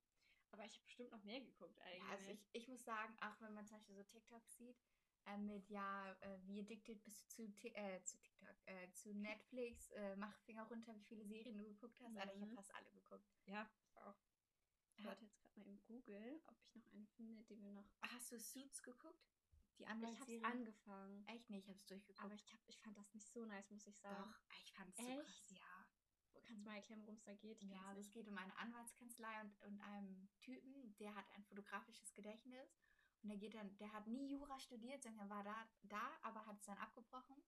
[SPEAKER 1] Aber ich habe bestimmt noch mehr geguckt eigentlich.
[SPEAKER 2] Ja, also ich, ich muss sagen, auch wenn man zum Beispiel so TikTok sieht, äh, mit ja, äh, wie addicted bist du zu, Ti- äh, zu TikTok, äh, zu Netflix, äh, mach Finger runter, wie viele Serien du geguckt hast. Alter, ich habe
[SPEAKER 1] Mhm.
[SPEAKER 2] fast alle geguckt.
[SPEAKER 1] ja ich auch. Ich
[SPEAKER 2] Ja.
[SPEAKER 1] warte jetzt gerade mal im Google, ob ich noch eine finde, die wir noch.
[SPEAKER 2] Hast du Suits geguckt? Die
[SPEAKER 1] Ich habe
[SPEAKER 2] Anwaltsserie?
[SPEAKER 1] es angefangen.
[SPEAKER 2] Echt nicht, ich hab's durchgeguckt.
[SPEAKER 1] Aber ich, hab, ich fand das nicht so nice, muss ich sagen.
[SPEAKER 2] Doch, ich fand's so krass,
[SPEAKER 1] Echt?
[SPEAKER 2] ja.
[SPEAKER 1] Kannst du mal nochmal erklären, worum es da geht? Ich
[SPEAKER 2] Ja,
[SPEAKER 1] kann's
[SPEAKER 2] es
[SPEAKER 1] nicht.
[SPEAKER 2] geht um eine Anwaltskanzlei und, und einem Typen, der hat ein fotografisches Gedächtnis. Und der geht dann, der hat nie Jura studiert, sondern er war da, da aber hat es dann abgebrochen.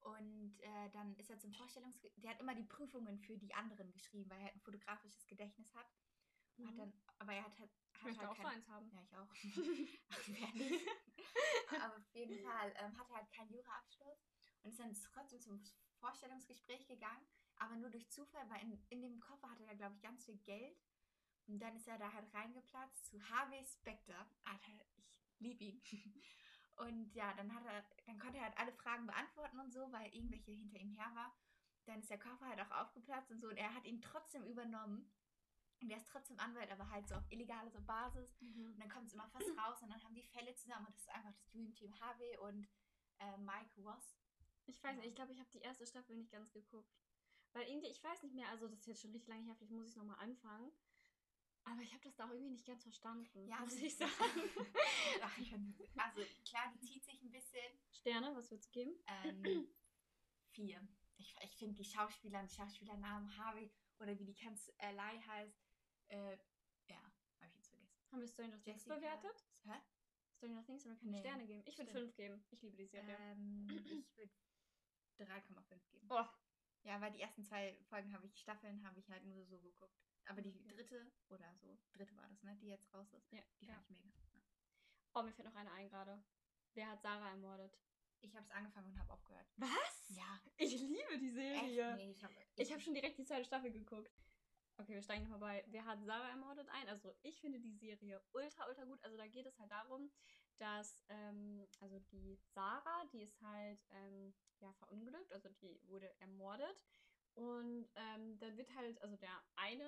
[SPEAKER 2] Und äh, dann ist er zum Vorstellungs... Der hat immer die Prüfungen für die anderen geschrieben, weil er halt ein fotografisches Gedächnis hat. Und Hat
[SPEAKER 1] Mhm.
[SPEAKER 2] dann, aber er hat halt...
[SPEAKER 1] ich
[SPEAKER 2] Hat
[SPEAKER 1] möchte
[SPEAKER 2] halt
[SPEAKER 1] auch so
[SPEAKER 2] kein-
[SPEAKER 1] eins haben.
[SPEAKER 2] Ja, ich auch. Ach, wer nicht? Aber auf jeden Fall ähm, hat er halt keinen Juraabschluss und ist dann trotzdem zum Vorstellungsgespräch gegangen, aber nur durch Zufall, weil in, in dem Koffer hatte er, glaube ich, ganz viel Geld. Und dann ist er da halt reingeplatzt zu Harvey Specter. Alter, ich liebe ihn. Und ja, dann, hat er, dann konnte er halt alle Fragen beantworten und so, weil irgendwelche hinter ihm her war. Dann ist der Koffer halt auch aufgeplatzt und so und er hat ihn trotzdem übernommen. Und er ist trotzdem Anwalt, aber halt so auf illegale Basis.
[SPEAKER 1] Mhm.
[SPEAKER 2] Und dann kommt es immer fast raus und dann haben die Fälle zusammen und das ist einfach das Dream Team Harvey und äh, Mike Ross.
[SPEAKER 1] Ich weiß nicht, ich glaube, ich habe die erste Staffel nicht ganz geguckt. Weil irgendwie, ich weiß nicht mehr, also das ist jetzt schon richtig lange her, vielleicht muss ich es nochmal anfangen. Aber ich habe das da auch irgendwie nicht ganz verstanden, ja, muss
[SPEAKER 2] also-
[SPEAKER 1] ich sagen.
[SPEAKER 2] Ach, ich fand- also klar, die zieht sich ein bisschen.
[SPEAKER 1] Sterne, was würdest du geben?
[SPEAKER 2] Ähm, vier. Ich, ich finde die Schauspieler und die Schauspielernamen Harvey oder wie die Kanzlei heißt. Äh, ja, habe ich jetzt vergessen.
[SPEAKER 1] Haben wir Stranger Things
[SPEAKER 2] Jessica-
[SPEAKER 1] bewertet?
[SPEAKER 2] Hä?
[SPEAKER 1] Stranger Things haben wir keine
[SPEAKER 2] Nee,
[SPEAKER 1] Sterne geben. Ich würde
[SPEAKER 2] stimmt.
[SPEAKER 1] fünf geben. Ich liebe die Serie.
[SPEAKER 2] Ähm, ich würde 3,5 geben.
[SPEAKER 1] Boah,
[SPEAKER 2] Ja, weil die ersten zwei Folgen habe ich, Staffeln habe ich halt nur so geguckt. Aber die
[SPEAKER 1] Okay.
[SPEAKER 2] dritte oder so, dritte war das, ne? Die jetzt raus ist.
[SPEAKER 1] Ja,
[SPEAKER 2] Die
[SPEAKER 1] ja.
[SPEAKER 2] fand ich mega. Ja.
[SPEAKER 1] Oh, mir fällt noch eine ein gerade. Wer hat Sarah ermordet?
[SPEAKER 2] Ich habe es angefangen und habe aufgehört.
[SPEAKER 1] Was?
[SPEAKER 2] Ja,
[SPEAKER 1] Ich liebe die Serie.
[SPEAKER 2] echt? Nee, ich habe
[SPEAKER 1] Ich habe schon direkt die zweite Staffel geguckt. Okay, wir steigen nochmal bei Wer hat Sarah ermordet ein? Also ich finde die Serie ultra, ultra gut. Also da geht es halt darum, dass, ähm, also die Sarah, die ist halt, ähm, ja, verunglückt, also die wurde ermordet. Und ähm, dann wird halt, also der eine,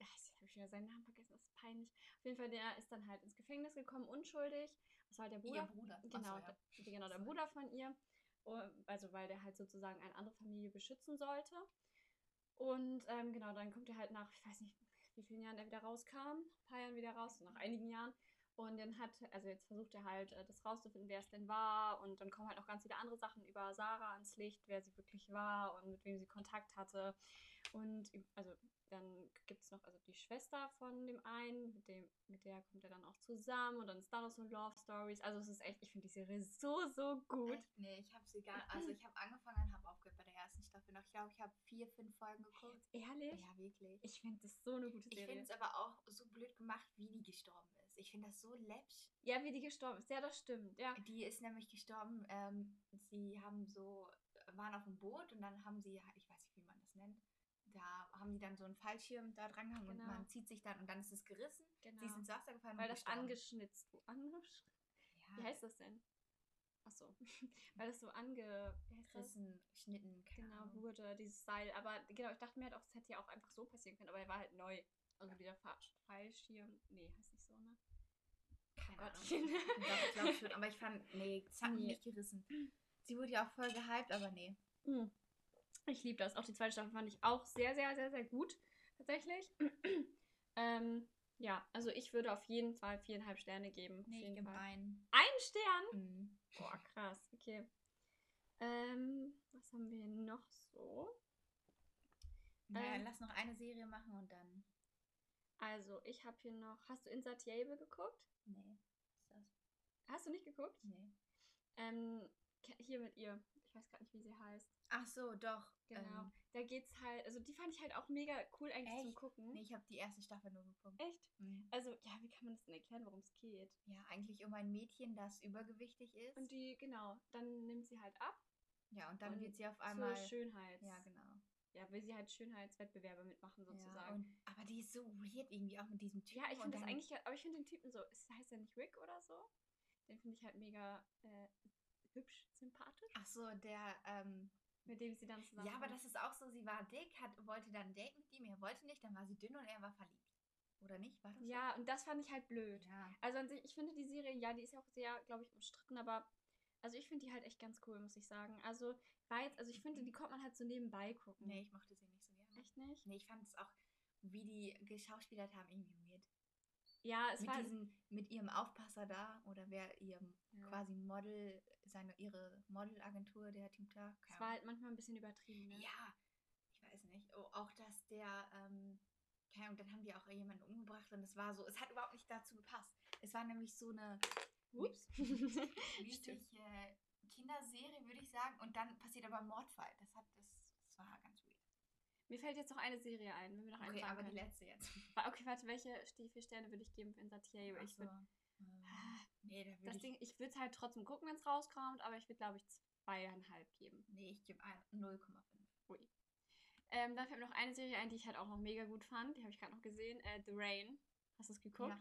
[SPEAKER 1] ja, jetzt habe ich wieder seinen Namen vergessen, das ist peinlich. Auf jeden Fall, der ist dann halt ins Gefängnis gekommen, unschuldig. Das war halt der Bruder
[SPEAKER 2] ihr Bruder. Ach so,
[SPEAKER 1] Genau,
[SPEAKER 2] ja.
[SPEAKER 1] der- genau der
[SPEAKER 2] Sorry.
[SPEAKER 1] Bruder von ihr. Und- Also weil der halt sozusagen eine andere Familie beschützen sollte. Und ähm, genau, dann kommt er halt nach, ich weiß nicht, wie vielen Jahren er wieder rauskam, ein paar Jahren wieder raus, nach einigen Jahren. Und dann hat, also jetzt versucht er halt, äh, das rauszufinden, wer es denn war. Und dann kommen halt noch ganz viele andere Sachen über Sarah ans Licht, wer sie wirklich war und mit wem sie Kontakt hatte. Und üb- also dann gibt es noch also die Schwester von dem einen, mit, dem, mit der kommt er dann auch zusammen und dann ist da noch so Love Stories. Also es ist echt, ich finde die Serie so, so gut.
[SPEAKER 2] Echt? Nee, ich habe sie gar Also ich habe angefangen und habe aufgehört bei der ersten Staffel noch. Ich glaube, ich habe vier, fünf Folgen geguckt.
[SPEAKER 1] Ehrlich?
[SPEAKER 2] Ja, wirklich.
[SPEAKER 1] Ich finde das so eine gute
[SPEAKER 2] Äh, Ich
[SPEAKER 1] Serie.
[SPEAKER 2] finde es aber auch so blöd gemacht, wie die gestorben ist. Ich finde das so läppsch.
[SPEAKER 1] Ja, wie die gestorben ist. Ja, das stimmt. Ja.
[SPEAKER 2] Die ist nämlich gestorben. Ähm, sie haben so, waren auf dem Boot und dann haben sie, ich weiß nicht, wie man das nennt, da haben die dann so einen Fallschirm da dran gehangen
[SPEAKER 1] Genau.
[SPEAKER 2] und man zieht sich dann und dann ist es gerissen.
[SPEAKER 1] Genau.
[SPEAKER 2] Sie ist ins Wasser gefallen
[SPEAKER 1] Weil
[SPEAKER 2] und
[SPEAKER 1] das
[SPEAKER 2] gestorben.
[SPEAKER 1] angeschnitzt. Angesch
[SPEAKER 2] ja,
[SPEAKER 1] Wie heißt das denn? Achso. Weil das so ange. Wie heißt das?
[SPEAKER 2] Rissen, Schnitten, keine
[SPEAKER 1] Genau,
[SPEAKER 2] Ahnung.
[SPEAKER 1] wurde dieses Seil. Aber genau, ich dachte mir halt auch, es hätte ja auch einfach so passieren können, aber er war halt neu. Also dieser Fa- Fallschirm. Nee, heißt nicht so, ne?
[SPEAKER 2] Keine Ahnung.
[SPEAKER 1] Gottchen.
[SPEAKER 2] Doch, ich glaube schon. Aber ich fand, nee, das haben die
[SPEAKER 1] Nee.
[SPEAKER 2] nicht gerissen. Sie wurde ja auch voll gehypt, aber nee.
[SPEAKER 1] Mm. Ich liebe das. Auch die zweite Staffel fand ich auch sehr, sehr, sehr, sehr gut. Tatsächlich. ähm, ja, also ich würde auf jeden Fall viereinhalb Sterne geben. auf
[SPEAKER 2] Nee, ich
[SPEAKER 1] jeden
[SPEAKER 2] gebe
[SPEAKER 1] Fall.
[SPEAKER 2] einen.
[SPEAKER 1] Ein Stern?
[SPEAKER 2] Mhm.
[SPEAKER 1] Boah, krass. Okay. Ähm, was haben wir noch so?
[SPEAKER 2] Naja,
[SPEAKER 1] Ähm.
[SPEAKER 2] lass noch eine Serie machen und dann.
[SPEAKER 1] Also, ich habe hier noch. Hast du Insatiable geguckt?
[SPEAKER 2] Nee. Ist das?
[SPEAKER 1] Hast du nicht geguckt?
[SPEAKER 2] Nee.
[SPEAKER 1] Ähm, ke- hier mit ihr. Ich weiß gerade nicht, wie sie heißt.
[SPEAKER 2] Ach so, doch.
[SPEAKER 1] Genau.
[SPEAKER 2] Ähm,
[SPEAKER 1] Da geht's halt. Also, die fand ich halt auch mega cool eigentlich zum
[SPEAKER 2] Echt?
[SPEAKER 1] Gucken.
[SPEAKER 2] nee, ich habe die erste Staffel nur geguckt.
[SPEAKER 1] Mhm. Echt?
[SPEAKER 2] Mhm.
[SPEAKER 1] Also, ja, wie kann man das denn erklären, worum es geht?
[SPEAKER 2] Ja, eigentlich um ein Mädchen, das übergewichtig ist.
[SPEAKER 1] Und die, genau, dann nimmt sie halt ab
[SPEAKER 2] ja, und dann
[SPEAKER 1] und
[SPEAKER 2] wird sie auf einmal.
[SPEAKER 1] zur Schönheits.
[SPEAKER 2] Ja, genau.
[SPEAKER 1] ja, will sie halt Schönheitswettbewerbe mitmachen
[SPEAKER 2] Ja,
[SPEAKER 1] sozusagen.
[SPEAKER 2] und, aber die ist so weird irgendwie auch mit diesem Typen.
[SPEAKER 1] Ja, ich
[SPEAKER 2] und
[SPEAKER 1] finde das
[SPEAKER 2] dann-
[SPEAKER 1] eigentlich, aber ich finde den Typen so, es heißt ja nicht Rick oder so. Den finde ich halt mega äh, hübsch, sympathisch,
[SPEAKER 2] Ach so, der. Ähm,
[SPEAKER 1] mit dem sie dann zusammen.
[SPEAKER 2] Ja, aber das ist auch so, sie war dick, hat, wollte dann ein Date mit ihm, er wollte nicht, dann war sie dünn und er war verliebt. Oder nicht? War das
[SPEAKER 1] Ja, und das fand ich halt
[SPEAKER 2] so?
[SPEAKER 1] blöd.
[SPEAKER 2] Ja.
[SPEAKER 1] Also an sich, ich finde die Serie, ja, die ist ja auch sehr, glaube ich, umstritten, aber also ich finde die halt echt ganz cool, muss ich sagen. Also war jetzt, also ich finde, die konnte man halt so nebenbei gucken.
[SPEAKER 2] Nee, ich mochte sie nicht so gerne.
[SPEAKER 1] Echt nicht?
[SPEAKER 2] Nee, ich fand es auch, wie die geschauspielert haben, irgendwie weird.
[SPEAKER 1] Ja, es
[SPEAKER 2] Mit,
[SPEAKER 1] war
[SPEAKER 2] diesem, mit ihrem Aufpasser da oder wer ihrem
[SPEAKER 1] ja.
[SPEAKER 2] quasi Model, seine, ihre Modelagentur, der Team da.
[SPEAKER 1] Es war halt manchmal ein bisschen übertrieben. Ne?
[SPEAKER 2] Ja, ich weiß nicht. Oh, der, ähm, keine Ahnung, dann haben die auch jemanden umgebracht und es war so, es hat überhaupt nicht dazu gepasst. Es war nämlich so eine
[SPEAKER 1] Ups.
[SPEAKER 2] richtig äh, Kinderserie, würde ich sagen. Und dann passiert aber ein Mordfall. Das hat, das, das war ganz weird.
[SPEAKER 1] Mir fällt jetzt noch eine Serie ein, wenn wir noch eine
[SPEAKER 2] Okay,
[SPEAKER 1] fragen
[SPEAKER 2] aber die
[SPEAKER 1] können.
[SPEAKER 2] letzte jetzt.
[SPEAKER 1] Wa- Okay, warte, welche Ste- vier Sterne würde ich geben für Insatiero?
[SPEAKER 2] Ach
[SPEAKER 1] Ich
[SPEAKER 2] so.
[SPEAKER 1] würd,
[SPEAKER 2] Ähm, nee, da würde
[SPEAKER 1] das
[SPEAKER 2] ich,
[SPEAKER 1] Ding, ich würde es halt trotzdem gucken, wenn es rauskommt, aber ich würde, glaube ich, zweieinhalb geben.
[SPEAKER 2] nee, ich gebe ein- 0,5.
[SPEAKER 1] Ähm, dann fällt mir noch eine Serie ein, die ich halt auch noch mega gut fand. Die habe ich gerade noch gesehen. Äh, The Rain. Hast du es geguckt?
[SPEAKER 2] Ja.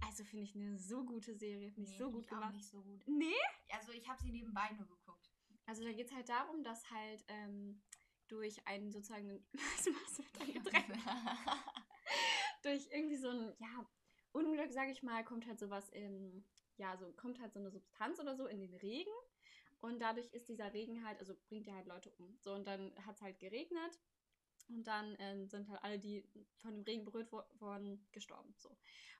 [SPEAKER 1] Also finde ich eine so gute Serie. Finde ich
[SPEAKER 2] Nee,
[SPEAKER 1] so
[SPEAKER 2] find
[SPEAKER 1] gut
[SPEAKER 2] ich Auch
[SPEAKER 1] gemacht.
[SPEAKER 2] nicht so gut.
[SPEAKER 1] Nee?
[SPEAKER 2] Also ich habe sie nebenbei nur geguckt.
[SPEAKER 1] Also da geht es halt darum, dass halt ähm, durch einen sozusagen... Was machst du mit deinem Getränk? durch irgendwie so ein, ja, Unglück, sage ich mal, kommt halt sowas in, ja, so kommt halt so eine Substanz oder so in den Regen. Und dadurch ist dieser Regen halt, also bringt ja halt Leute um. So, und dann hat es halt geregnet. Und dann ähm, sind halt alle, die von dem Regen berührt wo wurden, gestorben. So.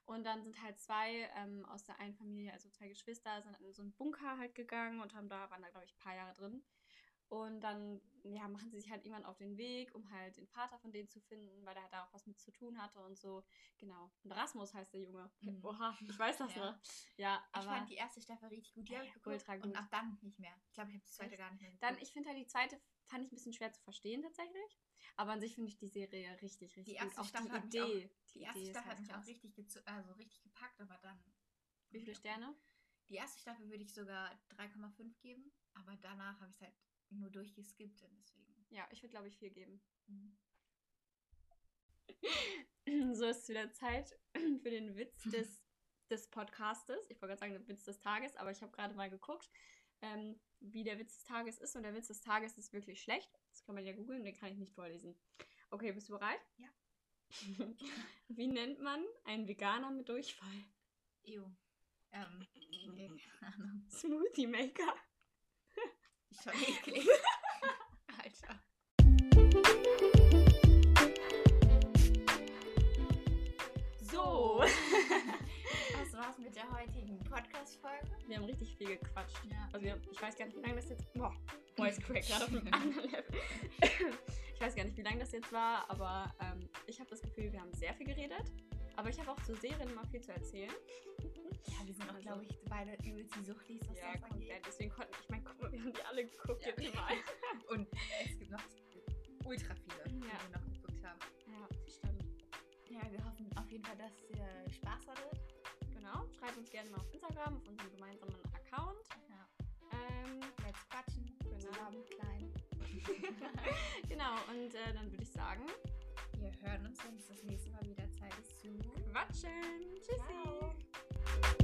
[SPEAKER 1] Und dann sind halt zwei ähm, aus der einen Familie, also zwei Geschwister, sind in so einen Bunker halt gegangen und haben da, waren da, glaube ich, ein paar Jahre drin. Und dann ja, machen sie sich halt irgendwann auf den Weg, um halt den Vater von denen zu finden, weil er da auch was mit zu tun hatte und so. Genau. Und Rasmus heißt der Junge.
[SPEAKER 2] Mhm.
[SPEAKER 1] Oha, ich weiß das,
[SPEAKER 2] Ja.
[SPEAKER 1] ne? Ja, aber.
[SPEAKER 2] ich fand die erste Staffel richtig gut. Die habe ich geguckt.
[SPEAKER 1] Ultra gut.
[SPEAKER 2] Und ab dann nicht mehr. Ich glaube, ich habe die zweite
[SPEAKER 1] Echt?
[SPEAKER 2] gar nicht mehr geguckt.
[SPEAKER 1] Dann, ich finde halt die zweite fand ich ein bisschen schwer zu verstehen tatsächlich. Aber an sich finde ich die Serie richtig, richtig
[SPEAKER 2] erste
[SPEAKER 1] gut. Auch
[SPEAKER 2] Staffel
[SPEAKER 1] die
[SPEAKER 2] hat mich auch-
[SPEAKER 1] Idee.
[SPEAKER 2] die erste
[SPEAKER 1] Idee ist
[SPEAKER 2] Staffel hat
[SPEAKER 1] ganz
[SPEAKER 2] mich auch
[SPEAKER 1] krass.
[SPEAKER 2] richtig, gezu- also richtig gepackt, aber dann.
[SPEAKER 1] Wie viele Sterne?
[SPEAKER 2] Die erste Staffel würde ich sogar 3,5 geben, aber danach habe ich es halt nur durchgeskippt und deswegen.
[SPEAKER 1] Ja, ich würde glaube ich vier geben.
[SPEAKER 2] Mhm.
[SPEAKER 1] So ist wieder Zeit für den Witz des, des Podcastes. Ich wollte gerade sagen, den Witz des Tages, aber ich habe gerade mal geguckt, ähm, wie der Witz des Tages ist. Und der Witz des Tages ist wirklich schlecht. Das kann man ja googeln, den kann ich nicht vorlesen. Okay, bist du bereit?
[SPEAKER 2] Ja.
[SPEAKER 1] wie nennt man einen Veganer mit Durchfall?
[SPEAKER 2] Ew. Ähm, nee, keine Ahnung.
[SPEAKER 1] Smoothie Maker.
[SPEAKER 2] Ist Schon eklig. Alter.
[SPEAKER 1] So.
[SPEAKER 2] Das war's mit der heutigen Podcast-Folge.
[SPEAKER 1] Wir haben richtig viel gequatscht.
[SPEAKER 2] Ja.
[SPEAKER 1] Also wir haben, ich weiß gar nicht, wie lange das jetzt. Boah, Voice Crack gerade auf einem anderen Level. Ich weiß gar nicht, wie lange das jetzt war, aber ähm, ich habe das Gefühl, wir haben sehr viel geredet. Aber ich habe auch zu Serien mal viel zu erzählen.
[SPEAKER 2] Ja, wir sind auch,
[SPEAKER 1] Also-
[SPEAKER 2] glaube ich, beide übelst die Suchtis, was das angeht.
[SPEAKER 1] komplett. Deswegen konnten, ich meine, guck mal, wir haben die alle geguckt,
[SPEAKER 2] Ja.
[SPEAKER 1] jetzt mal.
[SPEAKER 2] Und es gibt noch ultra viele,
[SPEAKER 1] Ja.
[SPEAKER 2] die wir noch geguckt haben.
[SPEAKER 1] Ja, stimmt.
[SPEAKER 2] Ja, wir hoffen auf jeden Fall, dass ihr Spaß hattet.
[SPEAKER 1] Genau. Schreibt uns gerne mal auf Instagram, auf unserem gemeinsamen Account.
[SPEAKER 2] Ja.
[SPEAKER 1] Ähm,
[SPEAKER 2] Let's quatschen.
[SPEAKER 1] Genau.
[SPEAKER 2] Zusammen, klein.
[SPEAKER 1] genau, und äh, dann würde ich sagen,
[SPEAKER 2] Wir hören uns, wenn es das nächste Mal wieder Zeit ist zu.
[SPEAKER 1] quatschen. Tschüssi.
[SPEAKER 2] Ciao.